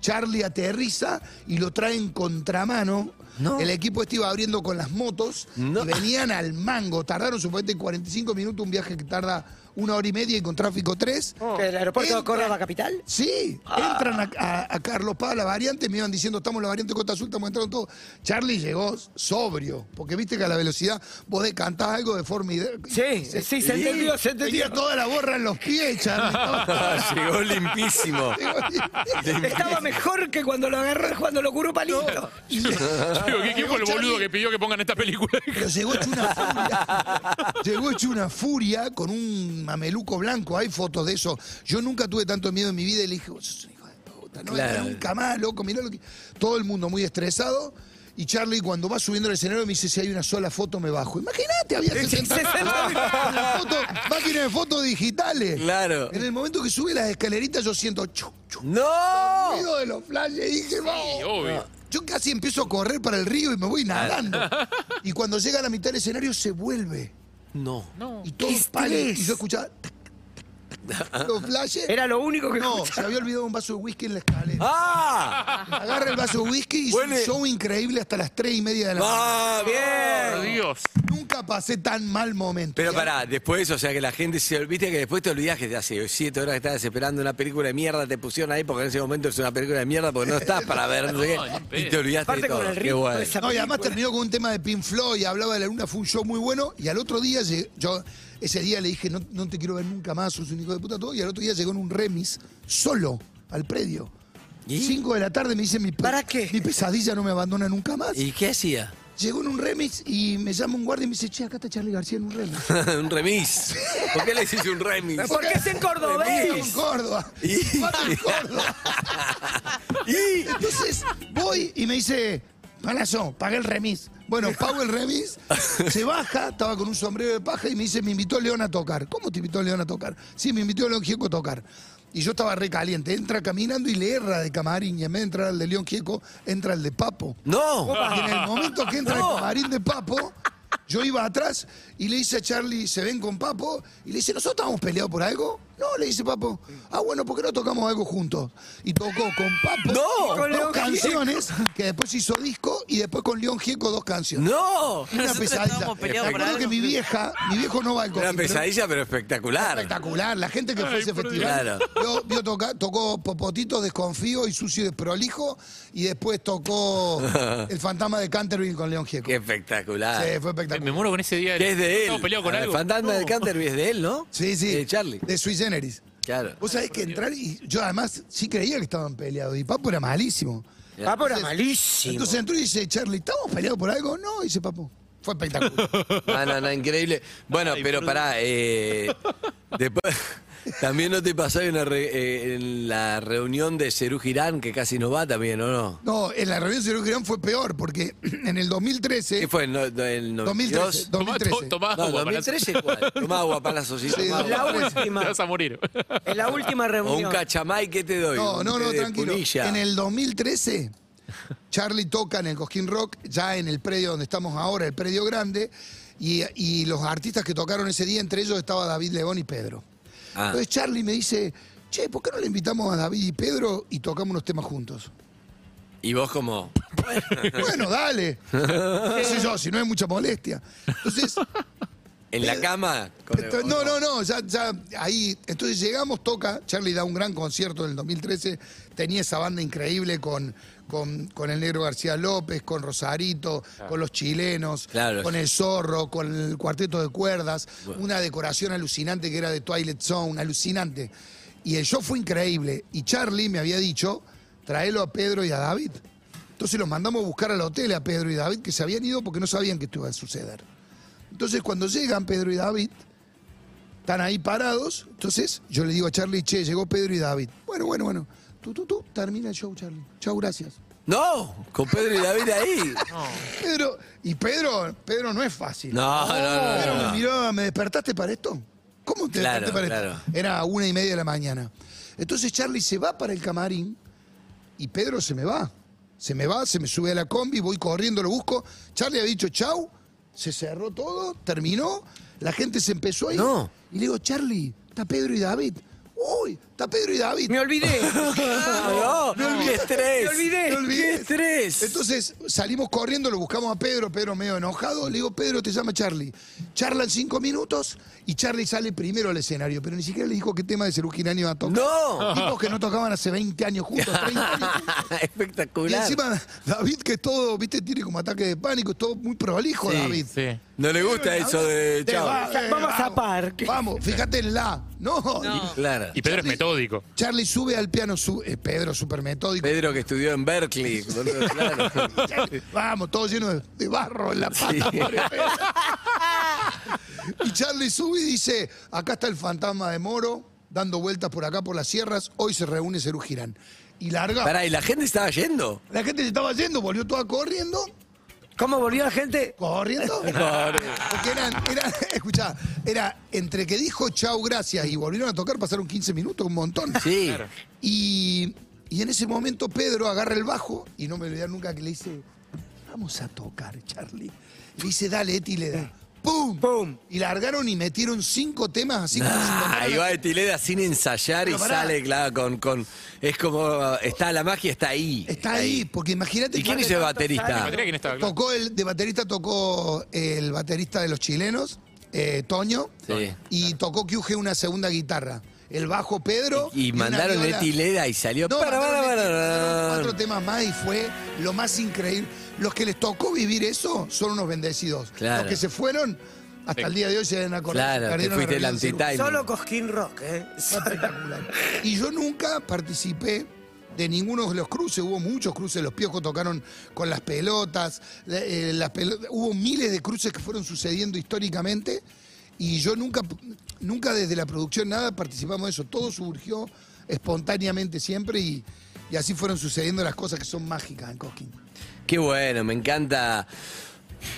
[SPEAKER 6] Charlie aterriza y lo traen contramano.
[SPEAKER 2] No.
[SPEAKER 6] El equipo este iba abriendo con las motos
[SPEAKER 2] No.
[SPEAKER 6] y venían al mango. Tardaron supuestamente 45 minutos, un viaje que tarda una hora y media y con tráfico tres.
[SPEAKER 3] Oh. ¿El aeropuerto de
[SPEAKER 6] Entra-
[SPEAKER 3] Córdoba Capital?
[SPEAKER 6] Sí,
[SPEAKER 3] Ah.
[SPEAKER 6] entran a, a- a Carlos Paz, la variante, me iban diciendo, estamos en la variante Costa Azul, estamos entrando todo. Charlie llegó sobrio, porque viste que a la velocidad vos decantás algo de forma... ide-
[SPEAKER 3] Sí, sí, se entendió, se entendió.
[SPEAKER 6] Tenía toda la borra en los pies, Charlie.
[SPEAKER 2] Ah, Llegó limpísimo.
[SPEAKER 3] Estaba mejor que cuando lo agarró, cuando lo curó palito.
[SPEAKER 4] Digo, ¿qué- ¿Quién fue el boludo que pidió que pongan esta película?
[SPEAKER 6] Pero llegó hecho una furia. Llegó hecho una furia con un mameluco blanco. Hay fotos de eso. Yo nunca tuve tanto miedo en mi vida y le dije, vos sos un hijo de puta, no
[SPEAKER 2] Claro.
[SPEAKER 6] vengas nunca más, loco, mirá lo que. Todo el mundo muy estresado. Y Charlie cuando va subiendo al escenario me dice, si hay una sola foto me bajo. Imagínate, había 60
[SPEAKER 3] 60.
[SPEAKER 6] fotos, máquinas de fotos digitales.
[SPEAKER 2] Claro.
[SPEAKER 6] En el momento que sube las escaleritas yo siento chu, chu,
[SPEAKER 2] ¡No!
[SPEAKER 6] ruido de los flashes. Y dije, vamos.
[SPEAKER 4] Obvio.
[SPEAKER 6] Yo casi empiezo a correr para el río y me voy nadando. Y cuando llega a la mitad del escenario se vuelve.
[SPEAKER 2] No.
[SPEAKER 4] No.
[SPEAKER 6] Y todos pálidos. Y yo escuchaba. tac, tac, tac, Los flashes.
[SPEAKER 3] Era lo único que
[SPEAKER 6] No, se
[SPEAKER 3] escuchaba.
[SPEAKER 6] había olvidado un vaso de whisky en la escalera.
[SPEAKER 2] ¡Ah!
[SPEAKER 6] Agarra el vaso de whisky y hizo un
[SPEAKER 2] Huele.
[SPEAKER 6] show increíble hasta las 3 y media
[SPEAKER 3] Ah.
[SPEAKER 6] de la mañana.
[SPEAKER 2] ¡Va!
[SPEAKER 4] Por
[SPEAKER 2] Ah, ¡Bien!
[SPEAKER 4] Dios.
[SPEAKER 6] Nunca pasé tan mal momento.
[SPEAKER 2] Pero
[SPEAKER 6] Y
[SPEAKER 2] pará, después, o sea que la gente se olvida que después te olvidás que te hace siete horas que estabas esperando una película de mierda, te pusieron ahí porque en ese momento es una película de mierda porque no estás para ver, no sé qué,
[SPEAKER 4] No, ni
[SPEAKER 2] y
[SPEAKER 4] pedo.
[SPEAKER 2] te olvidaste
[SPEAKER 3] Aparte
[SPEAKER 2] de todo.
[SPEAKER 3] con el
[SPEAKER 2] Qué
[SPEAKER 3] ritmo
[SPEAKER 2] bueno.
[SPEAKER 3] de esa
[SPEAKER 6] No, y
[SPEAKER 2] pues.
[SPEAKER 6] además
[SPEAKER 3] película.
[SPEAKER 6] terminó con un tema de Pink Floyd, hablaba de la luna, fue un show muy bueno. Y al otro día, lle- yo ese día le dije, no, no te quiero ver nunca más, sos un hijo de puta, todo. Y al otro día llegó en un remis, solo, al predio.
[SPEAKER 2] ¿Y?
[SPEAKER 6] Cinco de la tarde me dice, mi, pe-
[SPEAKER 3] ¿Para qué?
[SPEAKER 6] mi pesadilla no me abandona nunca más.
[SPEAKER 2] ¿Y qué hacía?
[SPEAKER 6] Llegó en un remix y me llama un guardia y me dice, che, acá está Charlie García en un remix.
[SPEAKER 2] un remis. ¿Por qué le hiciste un remis?
[SPEAKER 3] Porque es en
[SPEAKER 6] en
[SPEAKER 3] cordobés.
[SPEAKER 6] Córdoba.
[SPEAKER 2] Y-
[SPEAKER 6] Mata en Córdoba.
[SPEAKER 2] ¿Y?
[SPEAKER 6] Entonces voy y me dice, Palazzo, pagué el remis. Bueno, pago el remis, se baja, estaba con un sombrero de paja y me dice, me invitó León a tocar. ¿Cómo te invitó León a tocar? Sí, me invitó León Gieco a tocar. Y yo estaba recaliente. Entra caminando y le erra de camarín. Y en vez de entrar al de León Gieco, entra el de Papo.
[SPEAKER 2] No.
[SPEAKER 6] Y en el momento que entra
[SPEAKER 2] No.
[SPEAKER 6] el camarín de Papo, yo iba atrás y le dice a Charlie, se ven con Papo, y le dice, ¿nosotros estábamos peleados por algo? No, le dice Papo, ah, bueno, ¿por qué no tocamos algo juntos? Y tocó con Papo
[SPEAKER 2] No.
[SPEAKER 6] dos
[SPEAKER 3] Con León
[SPEAKER 6] canciones, que después hizo disco, y después con León Gieco dos canciones.
[SPEAKER 2] No.
[SPEAKER 6] Una
[SPEAKER 5] Nosotros
[SPEAKER 6] pesadilla.
[SPEAKER 5] estábamos
[SPEAKER 6] Me
[SPEAKER 5] peleados por
[SPEAKER 6] acuerdo que
[SPEAKER 5] algo.
[SPEAKER 6] mi vieja, mi viejo no va al
[SPEAKER 2] Una
[SPEAKER 6] colegio, pero-
[SPEAKER 2] pesadilla, pero espectacular.
[SPEAKER 6] Espectacular, la gente que fue a
[SPEAKER 4] Ay,
[SPEAKER 6] ese
[SPEAKER 4] por
[SPEAKER 6] festival.
[SPEAKER 2] Dios.
[SPEAKER 6] Vio, vio toca- tocó Popotito, Desconfío y Sucio y Desprolijo. Y después tocó El Fantasma de Canterville con León Gieco.
[SPEAKER 2] Qué espectacular.
[SPEAKER 6] Sí, fue
[SPEAKER 4] Me, me
[SPEAKER 6] espectacular.
[SPEAKER 4] muero con ese día.
[SPEAKER 2] ¿Qué es de
[SPEAKER 4] Estaba
[SPEAKER 2] él?
[SPEAKER 4] peleado con
[SPEAKER 2] Ah,
[SPEAKER 4] algo.
[SPEAKER 2] Fantasma de
[SPEAKER 4] No.
[SPEAKER 2] Canterbury es de él, ¿no?
[SPEAKER 6] Sí, sí.
[SPEAKER 2] De Eh, Charlie.
[SPEAKER 6] De Sui Generis.
[SPEAKER 2] Claro.
[SPEAKER 6] Vos sabés que entrar y yo además sí creía que estaban peleados. Y Papo era malísimo.
[SPEAKER 3] Papo era Ah, malísimo.
[SPEAKER 6] Entonces entró y dice, Charlie, ¿estamos peleados por algo? No, dice Papo. Fue espectacular.
[SPEAKER 2] No, no, no, increíble. Bueno, pero pará, eh, después, también no te pasó en la, re- eh, en la reunión de Cerú Girán, que casi no va también, ¿o no?
[SPEAKER 6] No, en la reunión de Sergio Girán fue peor, porque en el 2013.
[SPEAKER 2] ¿Qué fue? ¿El, no- no- el
[SPEAKER 6] 2013.
[SPEAKER 2] 92?
[SPEAKER 4] Tomá, to-
[SPEAKER 6] 2013.
[SPEAKER 2] No,
[SPEAKER 4] tomá agua, Palazzo.
[SPEAKER 2] 2013 igual. Tomá agua, palazo, sí,
[SPEAKER 6] Sí,
[SPEAKER 2] tomá agua.
[SPEAKER 3] La
[SPEAKER 4] Te
[SPEAKER 3] última.
[SPEAKER 4] vas a morir.
[SPEAKER 3] En la última
[SPEAKER 2] O un
[SPEAKER 3] reunión.
[SPEAKER 2] cachamay, ¿qué te doy?
[SPEAKER 6] No,
[SPEAKER 2] Un
[SPEAKER 6] no,
[SPEAKER 2] té
[SPEAKER 6] no,
[SPEAKER 2] de
[SPEAKER 6] tranquilo.
[SPEAKER 2] punilla.
[SPEAKER 6] En el 2013, Charlie toca en el Cosquín Rock, ya en el predio donde estamos ahora, el predio grande, y, y los artistas que tocaron ese día, entre ellos estaba David León y Pedro.
[SPEAKER 2] Ah.
[SPEAKER 6] Entonces Charlie me dice, che, ¿por qué no le invitamos a David y Pedro y tocamos unos temas juntos?
[SPEAKER 2] Y vos como...
[SPEAKER 6] bueno, dale. No sé yo, si no hay mucha molestia. Entonces,
[SPEAKER 2] En la cama... con el-
[SPEAKER 6] Entonces, no, no, no, ya, ya, ahí. Entonces llegamos, toca, Charlie da un gran concierto en el 2013, tenía esa banda increíble con, con, con el negro García López, con Rosarito, con los chilenos,
[SPEAKER 2] Claro.
[SPEAKER 6] con el zorro, con el cuarteto de cuerdas, una decoración alucinante que era de Twilight Zone, alucinante. Y el show fue increíble. Y Charlie me había dicho, tráelo a Pedro y a David. Entonces los mandamos a buscar al hotel a Pedro y David, que se habían ido porque no sabían que esto iba a suceder. Entonces cuando llegan Pedro y David, están ahí parados. Entonces yo le digo a Charlie, che, llegó Pedro y David. Bueno, bueno, bueno. Tú, tú, tú, termina el show, Charlie. Chau, gracias.
[SPEAKER 2] No, con Pedro y David ahí.
[SPEAKER 6] Pedro, y Pedro, Pedro no es fácil.
[SPEAKER 2] No, no, no,
[SPEAKER 6] Pedro
[SPEAKER 2] no, no.
[SPEAKER 6] me miró, ¿me despertaste para esto? ¿Cómo te
[SPEAKER 2] Claro,
[SPEAKER 6] despertaste para
[SPEAKER 2] claro.
[SPEAKER 6] esto? Era una y media de la mañana. Entonces Charlie se va para el camarín y Pedro se me va. Se me va, se me sube a la combi, voy corriendo, lo busco. Charlie ha dicho chau, se cerró todo, terminó, la gente se empezó a ir.
[SPEAKER 2] No.
[SPEAKER 6] Y le digo, Charlie, está Pedro y David. Uy, está Pedro y David.
[SPEAKER 3] Me olvidé.
[SPEAKER 2] No, no, qué estrés.
[SPEAKER 3] Me olvidé.
[SPEAKER 6] Me olvidé.
[SPEAKER 2] Qué estrés.
[SPEAKER 6] Entonces salimos corriendo, lo buscamos a Pedro, Pedro medio enojado, le digo, Pedro, te llama Charlie. Charlan cinco minutos y Charlie sale primero al escenario, pero ni siquiera le dijo qué tema de Cerugirán iba a tocar.
[SPEAKER 2] No.
[SPEAKER 6] Tipos que no tocaban hace 20 años juntos, 30 años. Y
[SPEAKER 2] Espectacular.
[SPEAKER 6] encima David, que es todo, viste, tiene como ataque de pánico, es todo muy prolijo,
[SPEAKER 2] Sí,
[SPEAKER 6] David.
[SPEAKER 4] Sí.
[SPEAKER 2] No le gusta
[SPEAKER 6] David,
[SPEAKER 2] eso de
[SPEAKER 6] te
[SPEAKER 2] chao.
[SPEAKER 6] va- eh,
[SPEAKER 3] Vamos a parque.
[SPEAKER 6] Vamos, fíjate en la. No.
[SPEAKER 2] Claro.
[SPEAKER 4] Y Pedro es metódico.
[SPEAKER 6] Charlie sube al piano, su- eh, Pedro, súper metódico.
[SPEAKER 2] Pedro que estudió en Berkeley. boludo, claro.
[SPEAKER 6] Vamos, todo lleno de, de barro en la pata.
[SPEAKER 2] Sí.
[SPEAKER 6] pobre Pedro. Y Charlie sube y dice, acá está el fantasma de Moro, dando vueltas por acá, por las sierras, hoy se reúne Cerú Girán. Y larga.
[SPEAKER 2] Pará, ¿y la gente estaba yendo?
[SPEAKER 6] La gente se estaba yendo, volvió toda corriendo,
[SPEAKER 3] ¿Cómo volvió la gente?
[SPEAKER 6] corriendo. Porque eran, era, escuchá, era entre que dijo chau, gracias y volvieron a tocar, pasaron 15 minutos, un montón.
[SPEAKER 2] Sí.
[SPEAKER 6] Y, y en ese momento Pedro agarra el bajo y no me olvidar nunca que le dice, vamos a tocar, Charlie. Le dice, dale, Eti, le da. ¡Pum!
[SPEAKER 3] ¡Pum!
[SPEAKER 6] Y largaron y metieron cinco temas así como se encontraron
[SPEAKER 2] Ahí Ah, va de Tileda sin ensayar y
[SPEAKER 6] Pero pará.
[SPEAKER 2] sale, claro, con, con. Es como. Está la magia, está ahí.
[SPEAKER 6] Está ahí, porque imagínate.
[SPEAKER 2] ¿Y quién
[SPEAKER 6] que
[SPEAKER 2] es el
[SPEAKER 6] Ah.
[SPEAKER 2] baterista?
[SPEAKER 4] Batería, ¿quién estaba? Claro.
[SPEAKER 6] Tocó el de baterista, tocó el baterista de los chilenos, eh, Toño,
[SPEAKER 2] Sí.
[SPEAKER 6] y tocó QG una segunda guitarra. El bajo Pedro.
[SPEAKER 2] Y
[SPEAKER 6] una
[SPEAKER 2] mandaron
[SPEAKER 6] viola.
[SPEAKER 2] de Tileda y salió.
[SPEAKER 6] No,
[SPEAKER 2] para,
[SPEAKER 6] mandaron
[SPEAKER 2] para,
[SPEAKER 6] Eti-
[SPEAKER 2] para.
[SPEAKER 6] mandaron cuatro temas más y fue lo más increíble. Los que les tocó vivir eso son unos bendecidos.
[SPEAKER 2] Claro.
[SPEAKER 6] Los que se fueron hasta el día de hoy se deben acordar.
[SPEAKER 2] Claro, te
[SPEAKER 6] Perdieron la
[SPEAKER 2] fuiste el
[SPEAKER 6] reunión de
[SPEAKER 2] anti-time.
[SPEAKER 3] Solo Cosquín Rock, ¿eh?
[SPEAKER 6] Fue espectacular. Y yo nunca participé de ninguno de los cruces, hubo muchos cruces, los piojos tocaron con las pelotas, eh, las pelo- hubo miles de cruces que fueron sucediendo históricamente y yo nunca, nunca desde la producción nada participamos de eso, todo surgió espontáneamente siempre y, y así fueron sucediendo las cosas que son mágicas en Cosquín.
[SPEAKER 2] Qué bueno, me encanta.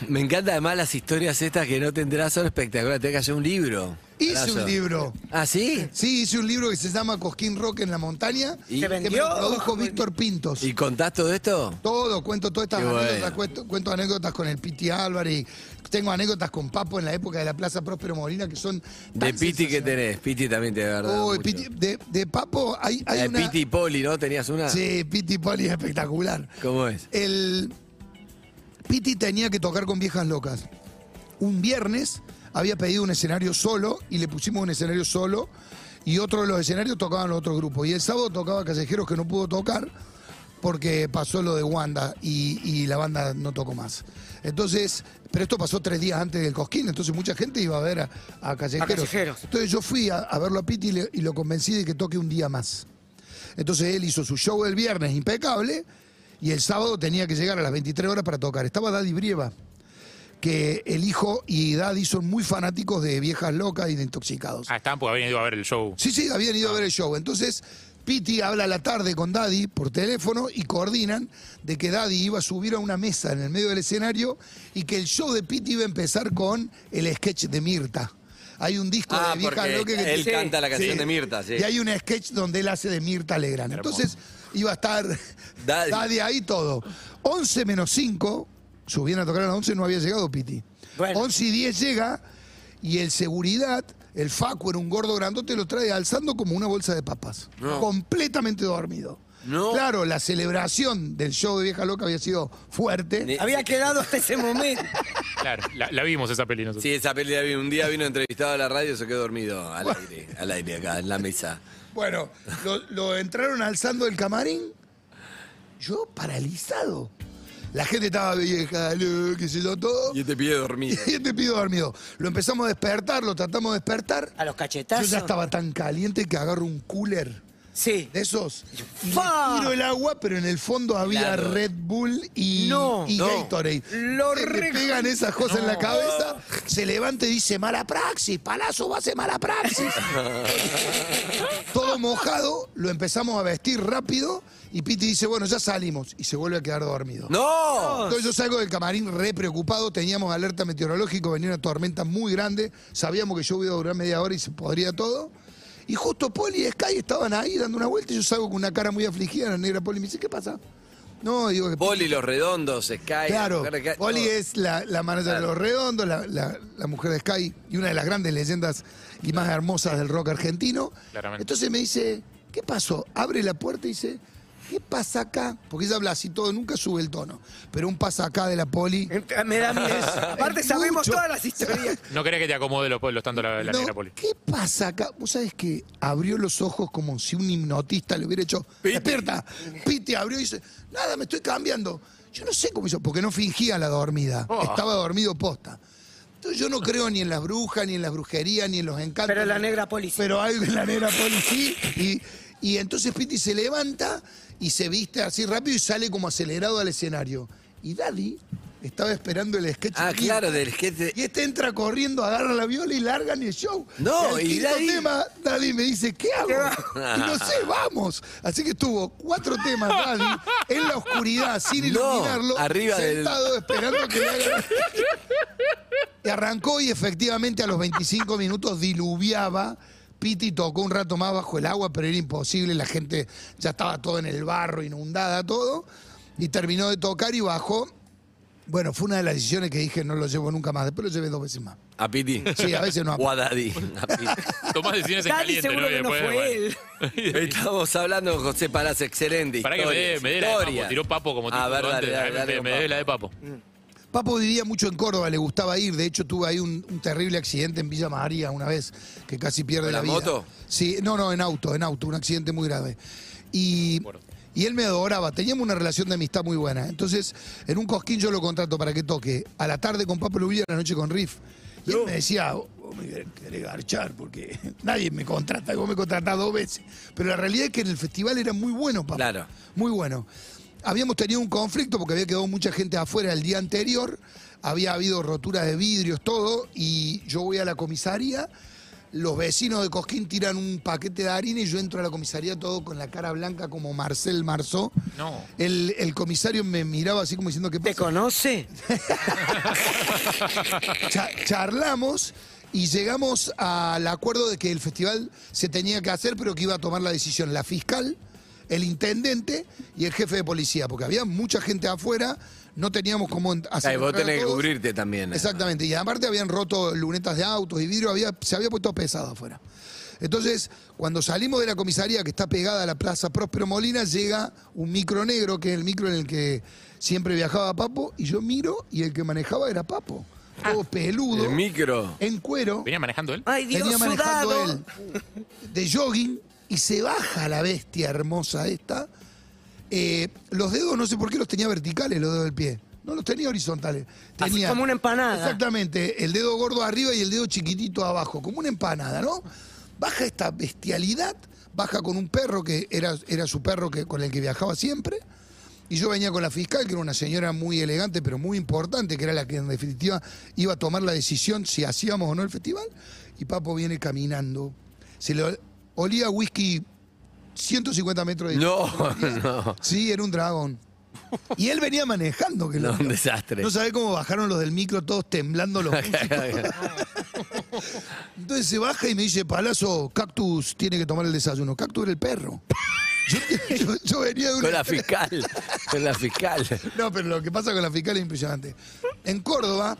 [SPEAKER 2] Me encanta además las historias estas que no tendrás, son espectaculares. Tenés que hacer un libro.
[SPEAKER 6] Hice
[SPEAKER 2] Brazo.
[SPEAKER 6] un libro.
[SPEAKER 2] ¿Ah, sí?
[SPEAKER 6] Sí, hice un libro que se llama Cosquín Rock en la montaña,
[SPEAKER 2] ¿Y-
[SPEAKER 3] ¿Se
[SPEAKER 6] que me
[SPEAKER 3] vendió?
[SPEAKER 6] lo produjo Víctor Pintos.
[SPEAKER 2] ¿Y contás todo esto?
[SPEAKER 6] Todo, cuento todas estas
[SPEAKER 2] Qué bueno.
[SPEAKER 6] anécdotas, cuento, cuento anécdotas con el Piti Álvarez, tengo anécdotas con Papo en la época de la Plaza Próspero Molina que son...
[SPEAKER 2] De
[SPEAKER 6] tan
[SPEAKER 2] Piti que
[SPEAKER 6] sensacionales.
[SPEAKER 2] tenés. Piti también te verdad.
[SPEAKER 6] Uy,
[SPEAKER 2] mucho.
[SPEAKER 6] Piti- de, de Papo hay, hay
[SPEAKER 2] La de
[SPEAKER 6] una...
[SPEAKER 2] Piti ah. y Poli, ¿no? ¿Tenías una?
[SPEAKER 6] Sí, Piti Poli es espectacular.
[SPEAKER 2] ¿Cómo es?
[SPEAKER 6] El Piti tenía que tocar con Viejas Locas. Un viernes había pedido un escenario solo y le pusimos un escenario solo y otro de los escenarios tocaban los otros grupos. Y el sábado tocaba Callejeros que no pudo tocar porque pasó lo de Wanda y, y la banda no tocó más. Entonces, pero esto pasó tres días antes del Cosquín, entonces mucha gente iba a ver a, a Callejeros.
[SPEAKER 3] Callejeros.
[SPEAKER 6] Entonces yo fui a, a verlo a Piti y le- y lo convencí de que toque un día más. Entonces él hizo su show el viernes impecable y el sábado tenía que llegar a las 23 horas para tocar. Estaba Daddy Brieva, que el hijo y Daddy son muy fanáticos de viejas locas y de intoxicados.
[SPEAKER 4] Ah, estaban porque habían ido a ver el show.
[SPEAKER 6] Sí, sí, habían ido a
[SPEAKER 2] Ah.
[SPEAKER 6] ver el show. Entonces, Piti habla a la tarde con Daddy por teléfono y coordinan de que Daddy iba a subir a una mesa en el medio del escenario y que el show de Piti iba a empezar con el sketch de Mirta. Hay un disco
[SPEAKER 2] Ah,
[SPEAKER 6] de viejas
[SPEAKER 2] porque
[SPEAKER 6] locas que
[SPEAKER 2] él canta la canción
[SPEAKER 6] Sí.
[SPEAKER 2] de Mirta, sí.
[SPEAKER 6] Y hay un sketch donde él hace de Mirta Legrand. Entonces iba a estar
[SPEAKER 2] Daddy.
[SPEAKER 6] Daddy. ahí todo. 11 menos 5, subían a tocar a las 11, no había llegado Piti.
[SPEAKER 3] Bueno.
[SPEAKER 6] 11 y 10 llega y el seguridad, el Facu, era un gordo grandote, lo trae alzando como una bolsa de papas.
[SPEAKER 2] No.
[SPEAKER 6] Completamente dormido.
[SPEAKER 2] No.
[SPEAKER 6] Claro, la celebración del show de Vieja Loca había sido fuerte.
[SPEAKER 2] Ni-
[SPEAKER 3] Había quedado hasta ese momento.
[SPEAKER 4] Claro, la, la vimos esa peli nosotros.
[SPEAKER 2] Sí, esa peli la vi. Un día vino entrevistado a la radio y se quedó dormido al aire, al aire acá, en la mesa.
[SPEAKER 6] Bueno, lo, lo entraron alzando el camarín. Yo paralizado. La gente estaba vieja, lo, qué sé yo, todo.
[SPEAKER 2] Y este pide
[SPEAKER 6] Y
[SPEAKER 2] dormido.
[SPEAKER 6] este pido dormido. Lo empezamos a despertar, lo tratamos de despertar.
[SPEAKER 3] A los
[SPEAKER 6] Yo
[SPEAKER 3] cachetazos.
[SPEAKER 6] ya estaba tan caliente que agarro un cooler
[SPEAKER 3] Sí.
[SPEAKER 6] de esos. Y le
[SPEAKER 3] ¡Fa!
[SPEAKER 6] tiro el agua, pero en el fondo había
[SPEAKER 2] Claro.
[SPEAKER 6] Red Bull y,
[SPEAKER 3] No,
[SPEAKER 6] y
[SPEAKER 2] no.
[SPEAKER 6] Gatorade.
[SPEAKER 3] Lo
[SPEAKER 6] se le
[SPEAKER 3] re-
[SPEAKER 6] pegan esas cosas en la cabeza, se levanta y dice, mala praxis, palazo va a ser mala praxis. Todo mojado, lo empezamos a vestir rápido y Piti dice, bueno, ya salimos. Y se vuelve a quedar dormido.
[SPEAKER 2] ¡No!
[SPEAKER 6] Entonces yo salgo del camarín re preocupado, teníamos alerta meteorológica, venía una tormenta muy grande, sabíamos que yo iba a durar media hora y se podría todo. Y justo Poli y Sky estaban ahí dando una vuelta y yo salgo con una cara muy afligida, la negra Poli me dice, ¿qué pasa? No, digo que...
[SPEAKER 2] Poli, los redondos, Sky.
[SPEAKER 6] claro,
[SPEAKER 2] la mujer de Sky,
[SPEAKER 6] Poli
[SPEAKER 2] todo.
[SPEAKER 6] es la, la manager de los redondos, la, la- la mujer de Sky y una de las grandes leyendas y más hermosas del rock argentino.
[SPEAKER 4] Claramente.
[SPEAKER 6] Entonces me dice, ¿qué pasó? Abre la puerta y dice... ¿Qué pasa acá? Porque ella habla así todo, nunca sube el tono. Pero un pasa acá de la poli.
[SPEAKER 3] Me da miedo. Aparte sabemos
[SPEAKER 6] Mucho.
[SPEAKER 3] todas las historias.
[SPEAKER 4] No quería que te acomode los pueblos tanto la, la
[SPEAKER 6] No,
[SPEAKER 4] negra poli.
[SPEAKER 6] ¿Qué pasa acá? Vos sabés que abrió los ojos como si un hipnotista le hubiera hecho. Despierta. Piti abrió y dice, nada, me estoy cambiando. Yo no sé cómo hizo, porque no fingía la dormida.
[SPEAKER 4] Oh.
[SPEAKER 6] Estaba dormido posta. Entonces yo no creo ni en las brujas, ni en las brujerías, ni en los encantos.
[SPEAKER 3] Pero la negra policía.
[SPEAKER 6] Pero algo en la negra poli sí. Y, y entonces Piti se levanta y se viste así rápido y sale como acelerado al escenario. Y Daddy estaba esperando el sketch.
[SPEAKER 2] Ah, claro, del sketch.
[SPEAKER 6] Y este entra corriendo, agarra la viola y largan el show.
[SPEAKER 2] No,
[SPEAKER 6] y, al
[SPEAKER 2] y
[SPEAKER 6] quinto
[SPEAKER 2] Daddy-
[SPEAKER 6] tema, Daddy me dice, ¿qué hago?
[SPEAKER 2] va?
[SPEAKER 6] Y no sé, vamos. Así que estuvo cuatro temas, Daddy, en la oscuridad, sin
[SPEAKER 2] No,
[SPEAKER 6] iluminarlo,
[SPEAKER 2] arriba del-
[SPEAKER 6] sentado esperando que le hagan- Y arrancó y efectivamente a los 25 minutos diluviaba. Piti tocó un rato más bajo el agua, pero era imposible, la gente ya estaba todo en el barro, inundada, todo. Y terminó de tocar y bajó Bueno, fue una de las decisiones que dije no lo llevo nunca más. Después lo llevé dos veces más.
[SPEAKER 2] A Piti.
[SPEAKER 6] Sí, a veces no.
[SPEAKER 2] O a Daddy. A Piti.
[SPEAKER 4] Tomás decisiones en
[SPEAKER 3] Daddy
[SPEAKER 4] caliente,
[SPEAKER 3] seguro
[SPEAKER 4] ¿no? Y
[SPEAKER 3] que no
[SPEAKER 4] después,
[SPEAKER 3] fue él.
[SPEAKER 4] bueno.
[SPEAKER 2] Estamos hablando con José Palaz, excelente.
[SPEAKER 4] Para que me dé,
[SPEAKER 2] historias,
[SPEAKER 4] me dé la de
[SPEAKER 2] historias.
[SPEAKER 4] Papo. Tiró Papo como
[SPEAKER 2] A
[SPEAKER 4] tipo
[SPEAKER 2] ver, dale, dale,
[SPEAKER 4] antes. me-
[SPEAKER 2] dale
[SPEAKER 4] me
[SPEAKER 2] con
[SPEAKER 4] me dé
[SPEAKER 2] Papo.
[SPEAKER 4] la de Papo.
[SPEAKER 6] Papo vivía mucho en Córdoba, le gustaba ir. De hecho, tuve ahí un, un terrible accidente en Villa María una vez, que casi pierde
[SPEAKER 2] ¿Con
[SPEAKER 6] la
[SPEAKER 2] la
[SPEAKER 6] vida.
[SPEAKER 2] moto?
[SPEAKER 6] Sí, no, no, en auto, en auto, un accidente muy grave. Y, y él me adoraba, teníamos una relación de amistad muy buena. Entonces, en un cosquín yo lo contrato para que toque. A la tarde con Papo Lubilla, a la noche con Riff. Y él me decía, "Oh, vos me querés garchar porque nadie me contrata, vos me contratás dos veces. Pero la realidad es que en el festival era muy bueno, Papo.
[SPEAKER 2] Claro.
[SPEAKER 6] Muy bueno. Habíamos tenido un conflicto porque había quedado mucha gente afuera el día anterior, había habido rotura de vidrios, todo, y yo voy a la comisaría, los vecinos de Cosquín tiran un paquete de harina y yo entro a la comisaría todo con la cara blanca como Marcel Marceau.
[SPEAKER 4] No.
[SPEAKER 6] El, el comisario me miraba así como diciendo, ¿qué
[SPEAKER 3] ¿Te
[SPEAKER 6] pasa?
[SPEAKER 3] conoce?
[SPEAKER 6] Cha- charlamos y llegamos al acuerdo de que el festival se tenía que hacer, pero que iba a tomar la decisión la fiscal, el intendente y el jefe de policía, porque había mucha gente afuera, no teníamos cómo en- hacer.
[SPEAKER 2] Ay, vos
[SPEAKER 6] entrar a
[SPEAKER 2] tenés que
[SPEAKER 6] todos.
[SPEAKER 2] cubrirte también. ¿eh?
[SPEAKER 6] Exactamente, y aparte habían roto lunetas de autos y vidrio, había, se había puesto pesado afuera. Entonces, cuando salimos de la comisaría que está pegada a la Plaza Próspero Molina, llega un micro negro, que es el micro en el que siempre viajaba Papo, y yo miro y el que manejaba era Papo. Todo peludo,
[SPEAKER 2] Ah. El micro.
[SPEAKER 6] en cuero,
[SPEAKER 4] ¿Venía manejando
[SPEAKER 6] Ah.
[SPEAKER 4] él?
[SPEAKER 3] Ay, Dios,
[SPEAKER 6] venía manejando
[SPEAKER 3] sudado.
[SPEAKER 6] él de jogging y se baja la bestia hermosa esta. Eh, los dedos, no sé por qué los tenía verticales, los dedos del pie. No los tenía horizontales.
[SPEAKER 3] Así
[SPEAKER 6] Tenía
[SPEAKER 3] como una empanada.
[SPEAKER 6] Exactamente, el dedo gordo arriba y el dedo chiquitito abajo, como una empanada, ¿no? Baja esta bestialidad, baja con un perro que era, era su perro que, con el que viajaba siempre. Y yo venía con la fiscal, que era una señora muy elegante, pero muy importante, que era la que en definitiva iba a tomar la decisión si hacíamos o no el festival. Y Papo viene caminando. Se le olía whisky 150 metros de
[SPEAKER 2] No, no.
[SPEAKER 6] Sí, era un dragón. Y él venía manejando. Que
[SPEAKER 2] No,
[SPEAKER 6] lo-
[SPEAKER 2] un desastre.
[SPEAKER 6] No sabés cómo bajaron los del micro, todos temblando los Entonces se baja y me dice, Palazo, Cactus tiene que tomar el desayuno. Cactus era el perro. Yo, yo- yo venía de una...
[SPEAKER 2] Con la fiscal. Con la fiscal.
[SPEAKER 6] No, pero lo que pasa con la fiscal es impresionante. En Córdoba,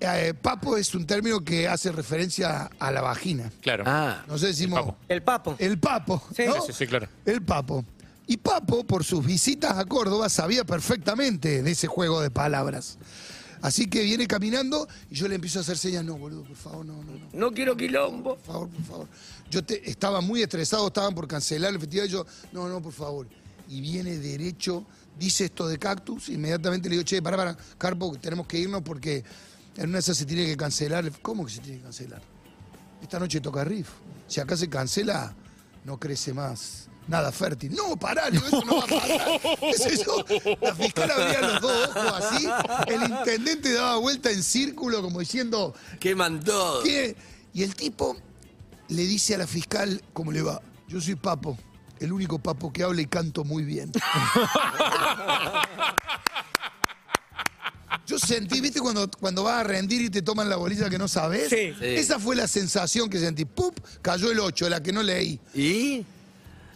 [SPEAKER 6] eh, papo es un término que hace referencia a la vagina.
[SPEAKER 4] Claro.
[SPEAKER 2] Ah,
[SPEAKER 6] Nosotros decimos...
[SPEAKER 4] papo.
[SPEAKER 3] El papo.
[SPEAKER 6] El papo.
[SPEAKER 3] Sí.
[SPEAKER 6] ¿no?
[SPEAKER 4] Sí, sí, sí, claro.
[SPEAKER 6] El Papo. Y Papo, por sus visitas a Córdoba, sabía perfectamente de ese juego de palabras. Así que viene caminando y yo le empiezo a hacer señas, no, boludo, por favor, no, no, no,
[SPEAKER 3] No quiero quilombo.
[SPEAKER 6] por favor, por favor. Yo te- estaba muy estresado, estaban por cancelar el festival y yo, no, no, por favor. Y viene derecho, dice esto de Cactus, inmediatamente le digo, che, para, para, Carpo, tenemos que irnos porque en una de esas se tiene que cancelar. ¿Cómo que se tiene que cancelar? Esta noche toca Riff. Si acá se cancela, no crece más. Nada fértil. No, pará, le digo, eso no va a pasar. ¿Qué sé yo? La fiscal abría los dos ojos así. El intendente daba vuelta en círculo, como diciendo,
[SPEAKER 2] queman todo.
[SPEAKER 6] ¿Qué? Y el tipo le dice a la fiscal, ¿cómo le va? Yo soy papo, el único papo que habla y canto muy bien. Yo sentí, ¿viste cuando, cuando vas a rendir y te toman la bolilla que no sabes?
[SPEAKER 3] Sí. Sí.
[SPEAKER 6] Esa fue la sensación que sentí. ¡Pup! Cayó el 8, la que no leí.
[SPEAKER 2] ¿Y?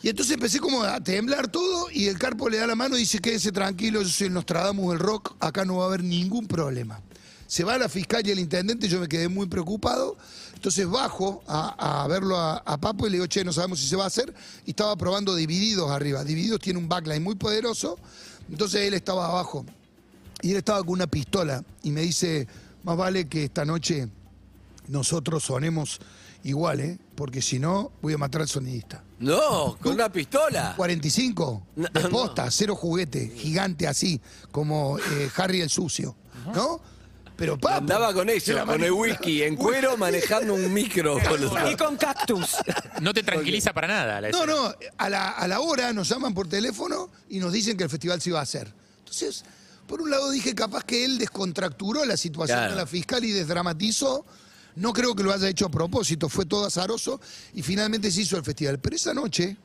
[SPEAKER 6] Y entonces empecé como a temblar todo y el carpo le da la mano y dice, quédese tranquilo, yo soy el Nostradamus del rock, acá no va a haber ningún problema. Se va la fiscal y el intendente, yo me quedé muy preocupado. Entonces bajo a, a verlo a, a Papo y le digo, che, no sabemos si se va a hacer. Y estaba probando Divididos arriba. Divididos tiene un backline muy poderoso. Entonces él estaba abajo. Y él estaba con una pistola y me dice, más vale que esta noche nosotros sonemos igual, ¿eh? porque si no voy a matar al sonidista.
[SPEAKER 2] No, con una pistola.
[SPEAKER 6] 45,
[SPEAKER 2] No,
[SPEAKER 6] de posta, cero juguete, gigante así, como eh, Harry el sucio, ¿no? Pero papo,
[SPEAKER 2] Andaba con eso,
[SPEAKER 6] era
[SPEAKER 2] con el
[SPEAKER 6] manipulado.
[SPEAKER 2] whisky en cuero manejando un micro. boludo.
[SPEAKER 3] Y con cactus.
[SPEAKER 4] No te tranquiliza para nada la
[SPEAKER 6] No,
[SPEAKER 4] escena.
[SPEAKER 6] no, a la, a la hora nos llaman por teléfono y nos dicen que el festival se iba a hacer. Entonces, por un lado dije, capaz que él descontracturó la situación
[SPEAKER 2] Claro.
[SPEAKER 6] de la fiscal y desdramatizó. No creo que lo haya hecho a propósito, fue todo azaroso y finalmente se hizo el festival. Pero esa noche,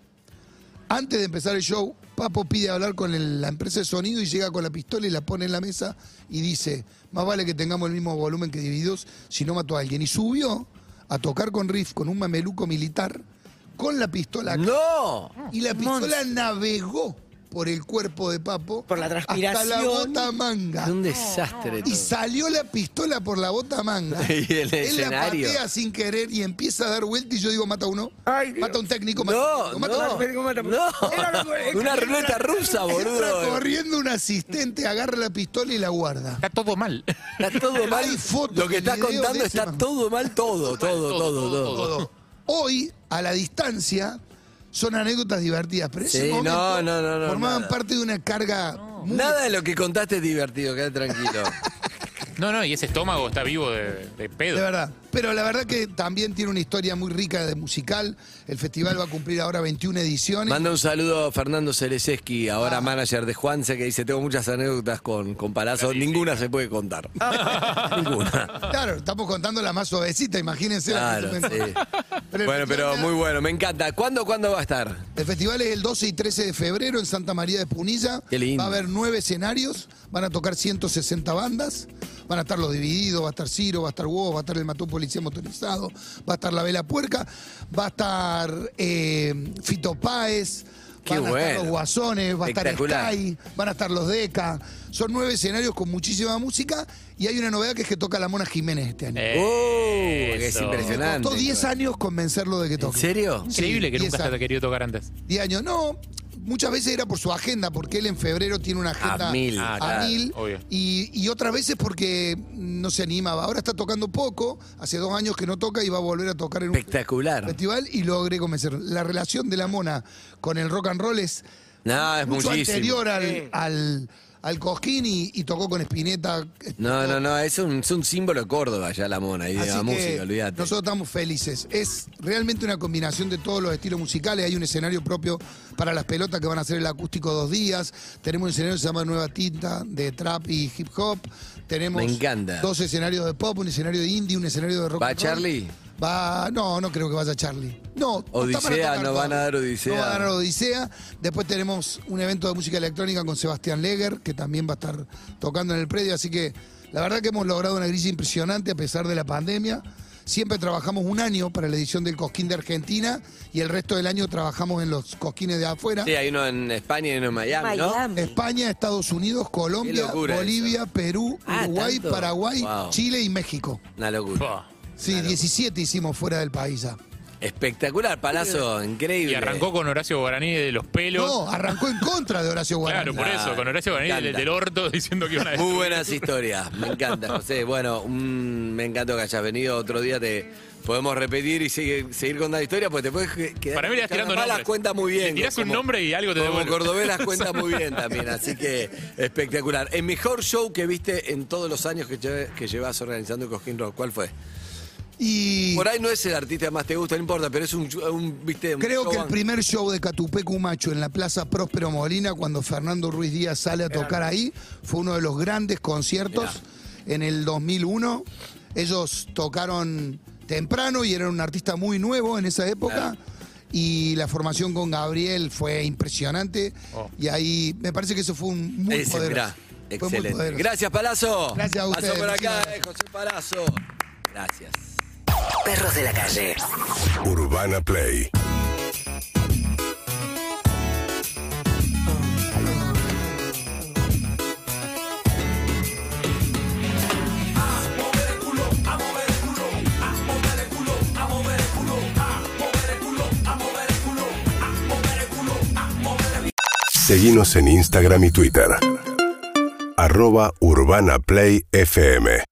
[SPEAKER 6] antes de empezar el show, Papo pide hablar con el- la empresa de sonido y llega con la pistola y la pone en la mesa y dice, más vale que tengamos el mismo volumen que divididos si no mató a alguien. Y subió a tocar con Riff, con un mameluco militar, con la pistola acá.
[SPEAKER 2] No.
[SPEAKER 6] Y la pistola navegó por el cuerpo de Papo.
[SPEAKER 3] Por la
[SPEAKER 6] Hasta la
[SPEAKER 3] transpiración.
[SPEAKER 6] bota manga.
[SPEAKER 2] Un desastre.
[SPEAKER 6] Y
[SPEAKER 2] todo.
[SPEAKER 6] salió la pistola por la bota manga.
[SPEAKER 2] Y el
[SPEAKER 6] Él la
[SPEAKER 2] escenario.
[SPEAKER 6] patea sin querer y empieza a dar vuelta y yo digo, mata uno.
[SPEAKER 3] Ay, Dios.
[SPEAKER 6] mata un técnico, mata un
[SPEAKER 2] No,
[SPEAKER 6] técnico, mata un
[SPEAKER 2] no,
[SPEAKER 6] técnico.
[SPEAKER 2] no. Una ruleta rusa,
[SPEAKER 6] Entra
[SPEAKER 2] boludo.
[SPEAKER 6] corriendo un asistente, agarra la pistola y la guarda.
[SPEAKER 4] Está todo mal.
[SPEAKER 2] Está todo mal.
[SPEAKER 6] Hay fotos
[SPEAKER 2] Lo que
[SPEAKER 6] y
[SPEAKER 2] está
[SPEAKER 6] videos de
[SPEAKER 2] contando
[SPEAKER 6] ese
[SPEAKER 2] está
[SPEAKER 6] mamá.
[SPEAKER 2] todo mal, todo, todo,
[SPEAKER 4] todo,
[SPEAKER 2] todo,
[SPEAKER 4] todo,
[SPEAKER 2] todo.
[SPEAKER 6] Todo. Hoy, a la distancia, son anécdotas divertidas, pero ese
[SPEAKER 2] Sí, no,
[SPEAKER 6] momento
[SPEAKER 2] no, no, no,
[SPEAKER 6] formaban
[SPEAKER 2] nada.
[SPEAKER 6] parte de una carga muy...
[SPEAKER 2] Nada de lo que contaste es divertido, quédate tranquilo.
[SPEAKER 4] No, no, y ese estómago está vivo de, de pedo.
[SPEAKER 6] De verdad. Pero la verdad que también tiene una historia muy rica de musical. El festival va a cumplir ahora 21 ediciones.
[SPEAKER 2] Manda un saludo a Fernando Cereseski,
[SPEAKER 6] Ah.
[SPEAKER 2] ahora manager de Juanse, que dice, tengo muchas anécdotas con, con Palazzo, ninguna se puede contar.
[SPEAKER 6] Ah.
[SPEAKER 2] ninguna.
[SPEAKER 6] Claro, estamos contando la más suavecita, imagínense. la
[SPEAKER 2] Claro,
[SPEAKER 6] que
[SPEAKER 2] sí.
[SPEAKER 6] se me- Pero el
[SPEAKER 2] Bueno, pero
[SPEAKER 6] festival-
[SPEAKER 2] muy bueno, me encanta. ¿Cuándo, cuándo va a estar?
[SPEAKER 6] El festival es el 12 y 13 de febrero en Santa María de Punilla.
[SPEAKER 2] Qué lindo.
[SPEAKER 6] Va a haber nueve escenarios, van a tocar 160 bandas, van a estar los divididos, va a estar Ciro, va a estar Hugo, va a estar el Mató Policía Motorizado, va a estar La Vela Puerca, va a estar eh, Fito Páez,
[SPEAKER 2] Qué
[SPEAKER 6] van a
[SPEAKER 2] bueno.
[SPEAKER 6] estar los Guasones, va a estar
[SPEAKER 2] Espectacular.
[SPEAKER 6] Sky, van a estar los Deca. Son nueve escenarios con muchísima música y hay una novedad que es que toca la Mona Jiménez este
[SPEAKER 2] Eh,
[SPEAKER 6] año.
[SPEAKER 2] Oh, es
[SPEAKER 4] Eh, Eso.
[SPEAKER 2] impresionante.
[SPEAKER 6] Costó 10 años convencerlo de que
[SPEAKER 2] ¿En
[SPEAKER 6] toque.
[SPEAKER 2] serio?
[SPEAKER 4] Increíble
[SPEAKER 6] Sí,
[SPEAKER 4] que
[SPEAKER 6] y
[SPEAKER 4] nunca
[SPEAKER 6] esa-
[SPEAKER 4] se haya querido tocar antes.
[SPEAKER 6] 10 años. No, muchas veces era por su agenda, porque él en febrero tiene una agenda
[SPEAKER 2] A mil.
[SPEAKER 4] Ah,
[SPEAKER 6] a
[SPEAKER 4] claro,
[SPEAKER 6] mil,
[SPEAKER 4] obvio.
[SPEAKER 6] Y, y otras veces porque no se animaba. Ahora está tocando poco, hace dos años que no toca y va a volver a tocar en un
[SPEAKER 2] Espectacular.
[SPEAKER 6] festival y logré convencer. La relación de la mona con el rock and roll es
[SPEAKER 2] No, es
[SPEAKER 6] mucho
[SPEAKER 2] muchísimo.
[SPEAKER 6] anterior al, al, al Cosquín y, y tocó con Espineta.
[SPEAKER 2] No, no, no, es un, es un símbolo de Córdoba ya la mona y de
[SPEAKER 6] Así
[SPEAKER 2] la
[SPEAKER 6] que
[SPEAKER 2] música, olvídate.
[SPEAKER 6] Nosotros estamos felices. Es realmente una combinación de todos los estilos musicales. Hay un escenario propio para las pelotas que van a hacer el acústico dos días. Tenemos un escenario que se llama Nueva Tinta de trap y hip hop. Tenemos
[SPEAKER 2] Me encanta.
[SPEAKER 6] dos escenarios de pop, un escenario de indie, un escenario de rock.
[SPEAKER 2] ¿Va
[SPEAKER 6] and roll. ¿Ah?
[SPEAKER 2] Charlie?
[SPEAKER 6] Va, no, no creo que vaya Charlie. No, no está para
[SPEAKER 2] Odisea,
[SPEAKER 6] tocar
[SPEAKER 2] no van a
[SPEAKER 6] todavía.
[SPEAKER 2] dar Odisea.
[SPEAKER 6] No van a dar Odisea. Después tenemos un evento de música electrónica con Sebastián Leger, que también va a estar tocando en el predio. Así que la verdad que hemos logrado una grilla impresionante a pesar de la pandemia. Siempre trabajamos un año para la edición del Cosquín de Argentina y el resto del año trabajamos en los Cosquines de afuera.
[SPEAKER 2] Sí, hay uno en España y uno en Miami, ¿no?
[SPEAKER 5] Miami.
[SPEAKER 6] España, Estados Unidos, Colombia,
[SPEAKER 2] locura
[SPEAKER 6] Bolivia, Perú,
[SPEAKER 2] Ah,
[SPEAKER 6] Uruguay,
[SPEAKER 2] ¿tanto?
[SPEAKER 6] Paraguay,
[SPEAKER 2] Wow.
[SPEAKER 6] Chile y México.
[SPEAKER 2] Una locura.
[SPEAKER 4] Pua.
[SPEAKER 6] Sí, 17 hicimos fuera del país ya.
[SPEAKER 2] Espectacular, Palazzo, increíble.
[SPEAKER 4] Y arrancó con Horacio Guaraní de los pelos.
[SPEAKER 6] No, ah, arrancó en contra de Horacio Guarani.
[SPEAKER 4] claro, por
[SPEAKER 2] Nah,
[SPEAKER 4] eso, con Horacio
[SPEAKER 2] me
[SPEAKER 4] Guaraní del,
[SPEAKER 2] Ah, encanta.
[SPEAKER 4] del orto diciendo que iban a
[SPEAKER 2] Muy
[SPEAKER 4] destruir.
[SPEAKER 2] buenas historias, me encanta, José. Bueno, mm, me encantó que hayas venido otro día, te podemos repetir y seguir, seguir contando historias, porque te puedes que- quedar...
[SPEAKER 4] Para mí le das tirando
[SPEAKER 2] Carnaval las
[SPEAKER 4] nombres.
[SPEAKER 2] cuenta muy bien.
[SPEAKER 4] Le tirás
[SPEAKER 2] como-
[SPEAKER 4] un nombre y algo te
[SPEAKER 2] Como
[SPEAKER 4] devuelve.
[SPEAKER 2] cordobés las cuenta muy bien también, así que espectacular. El mejor show que viste en todos los años que, lle- que llevas organizando Cosquín Rock, ¿cuál fue?
[SPEAKER 6] Y
[SPEAKER 2] Por ahí no es el artista que más te gusta, no importa, pero es un, un, viste, un
[SPEAKER 6] creo
[SPEAKER 2] show
[SPEAKER 6] que el
[SPEAKER 2] an-
[SPEAKER 6] primer show de Catupé Cumacho en la Plaza Próspero Molina, cuando Fernando Ruiz Díaz sale a tocar ahí, fue uno de los grandes conciertos en el 2001. Ellos tocaron temprano y eran un artista muy nuevo en esa época. Y la formación con Gabriel fue impresionante.
[SPEAKER 4] Oh.
[SPEAKER 6] Y ahí me parece que eso fue un muy
[SPEAKER 2] Ese,
[SPEAKER 6] poderoso.
[SPEAKER 2] mirá,
[SPEAKER 6] Fue muy
[SPEAKER 2] Excelente.
[SPEAKER 6] poderoso.
[SPEAKER 2] Gracias, Palazzo.
[SPEAKER 6] Gracias a
[SPEAKER 2] Pasó
[SPEAKER 6] ustedes,
[SPEAKER 2] por acá,
[SPEAKER 6] muchísimas
[SPEAKER 2] eh, José Palazzo. Gracias.
[SPEAKER 3] Perros de la calle.
[SPEAKER 1] Urbana Play 100.3 Seguimos en Instagram y Twitter. Arroba Urbana Play FM.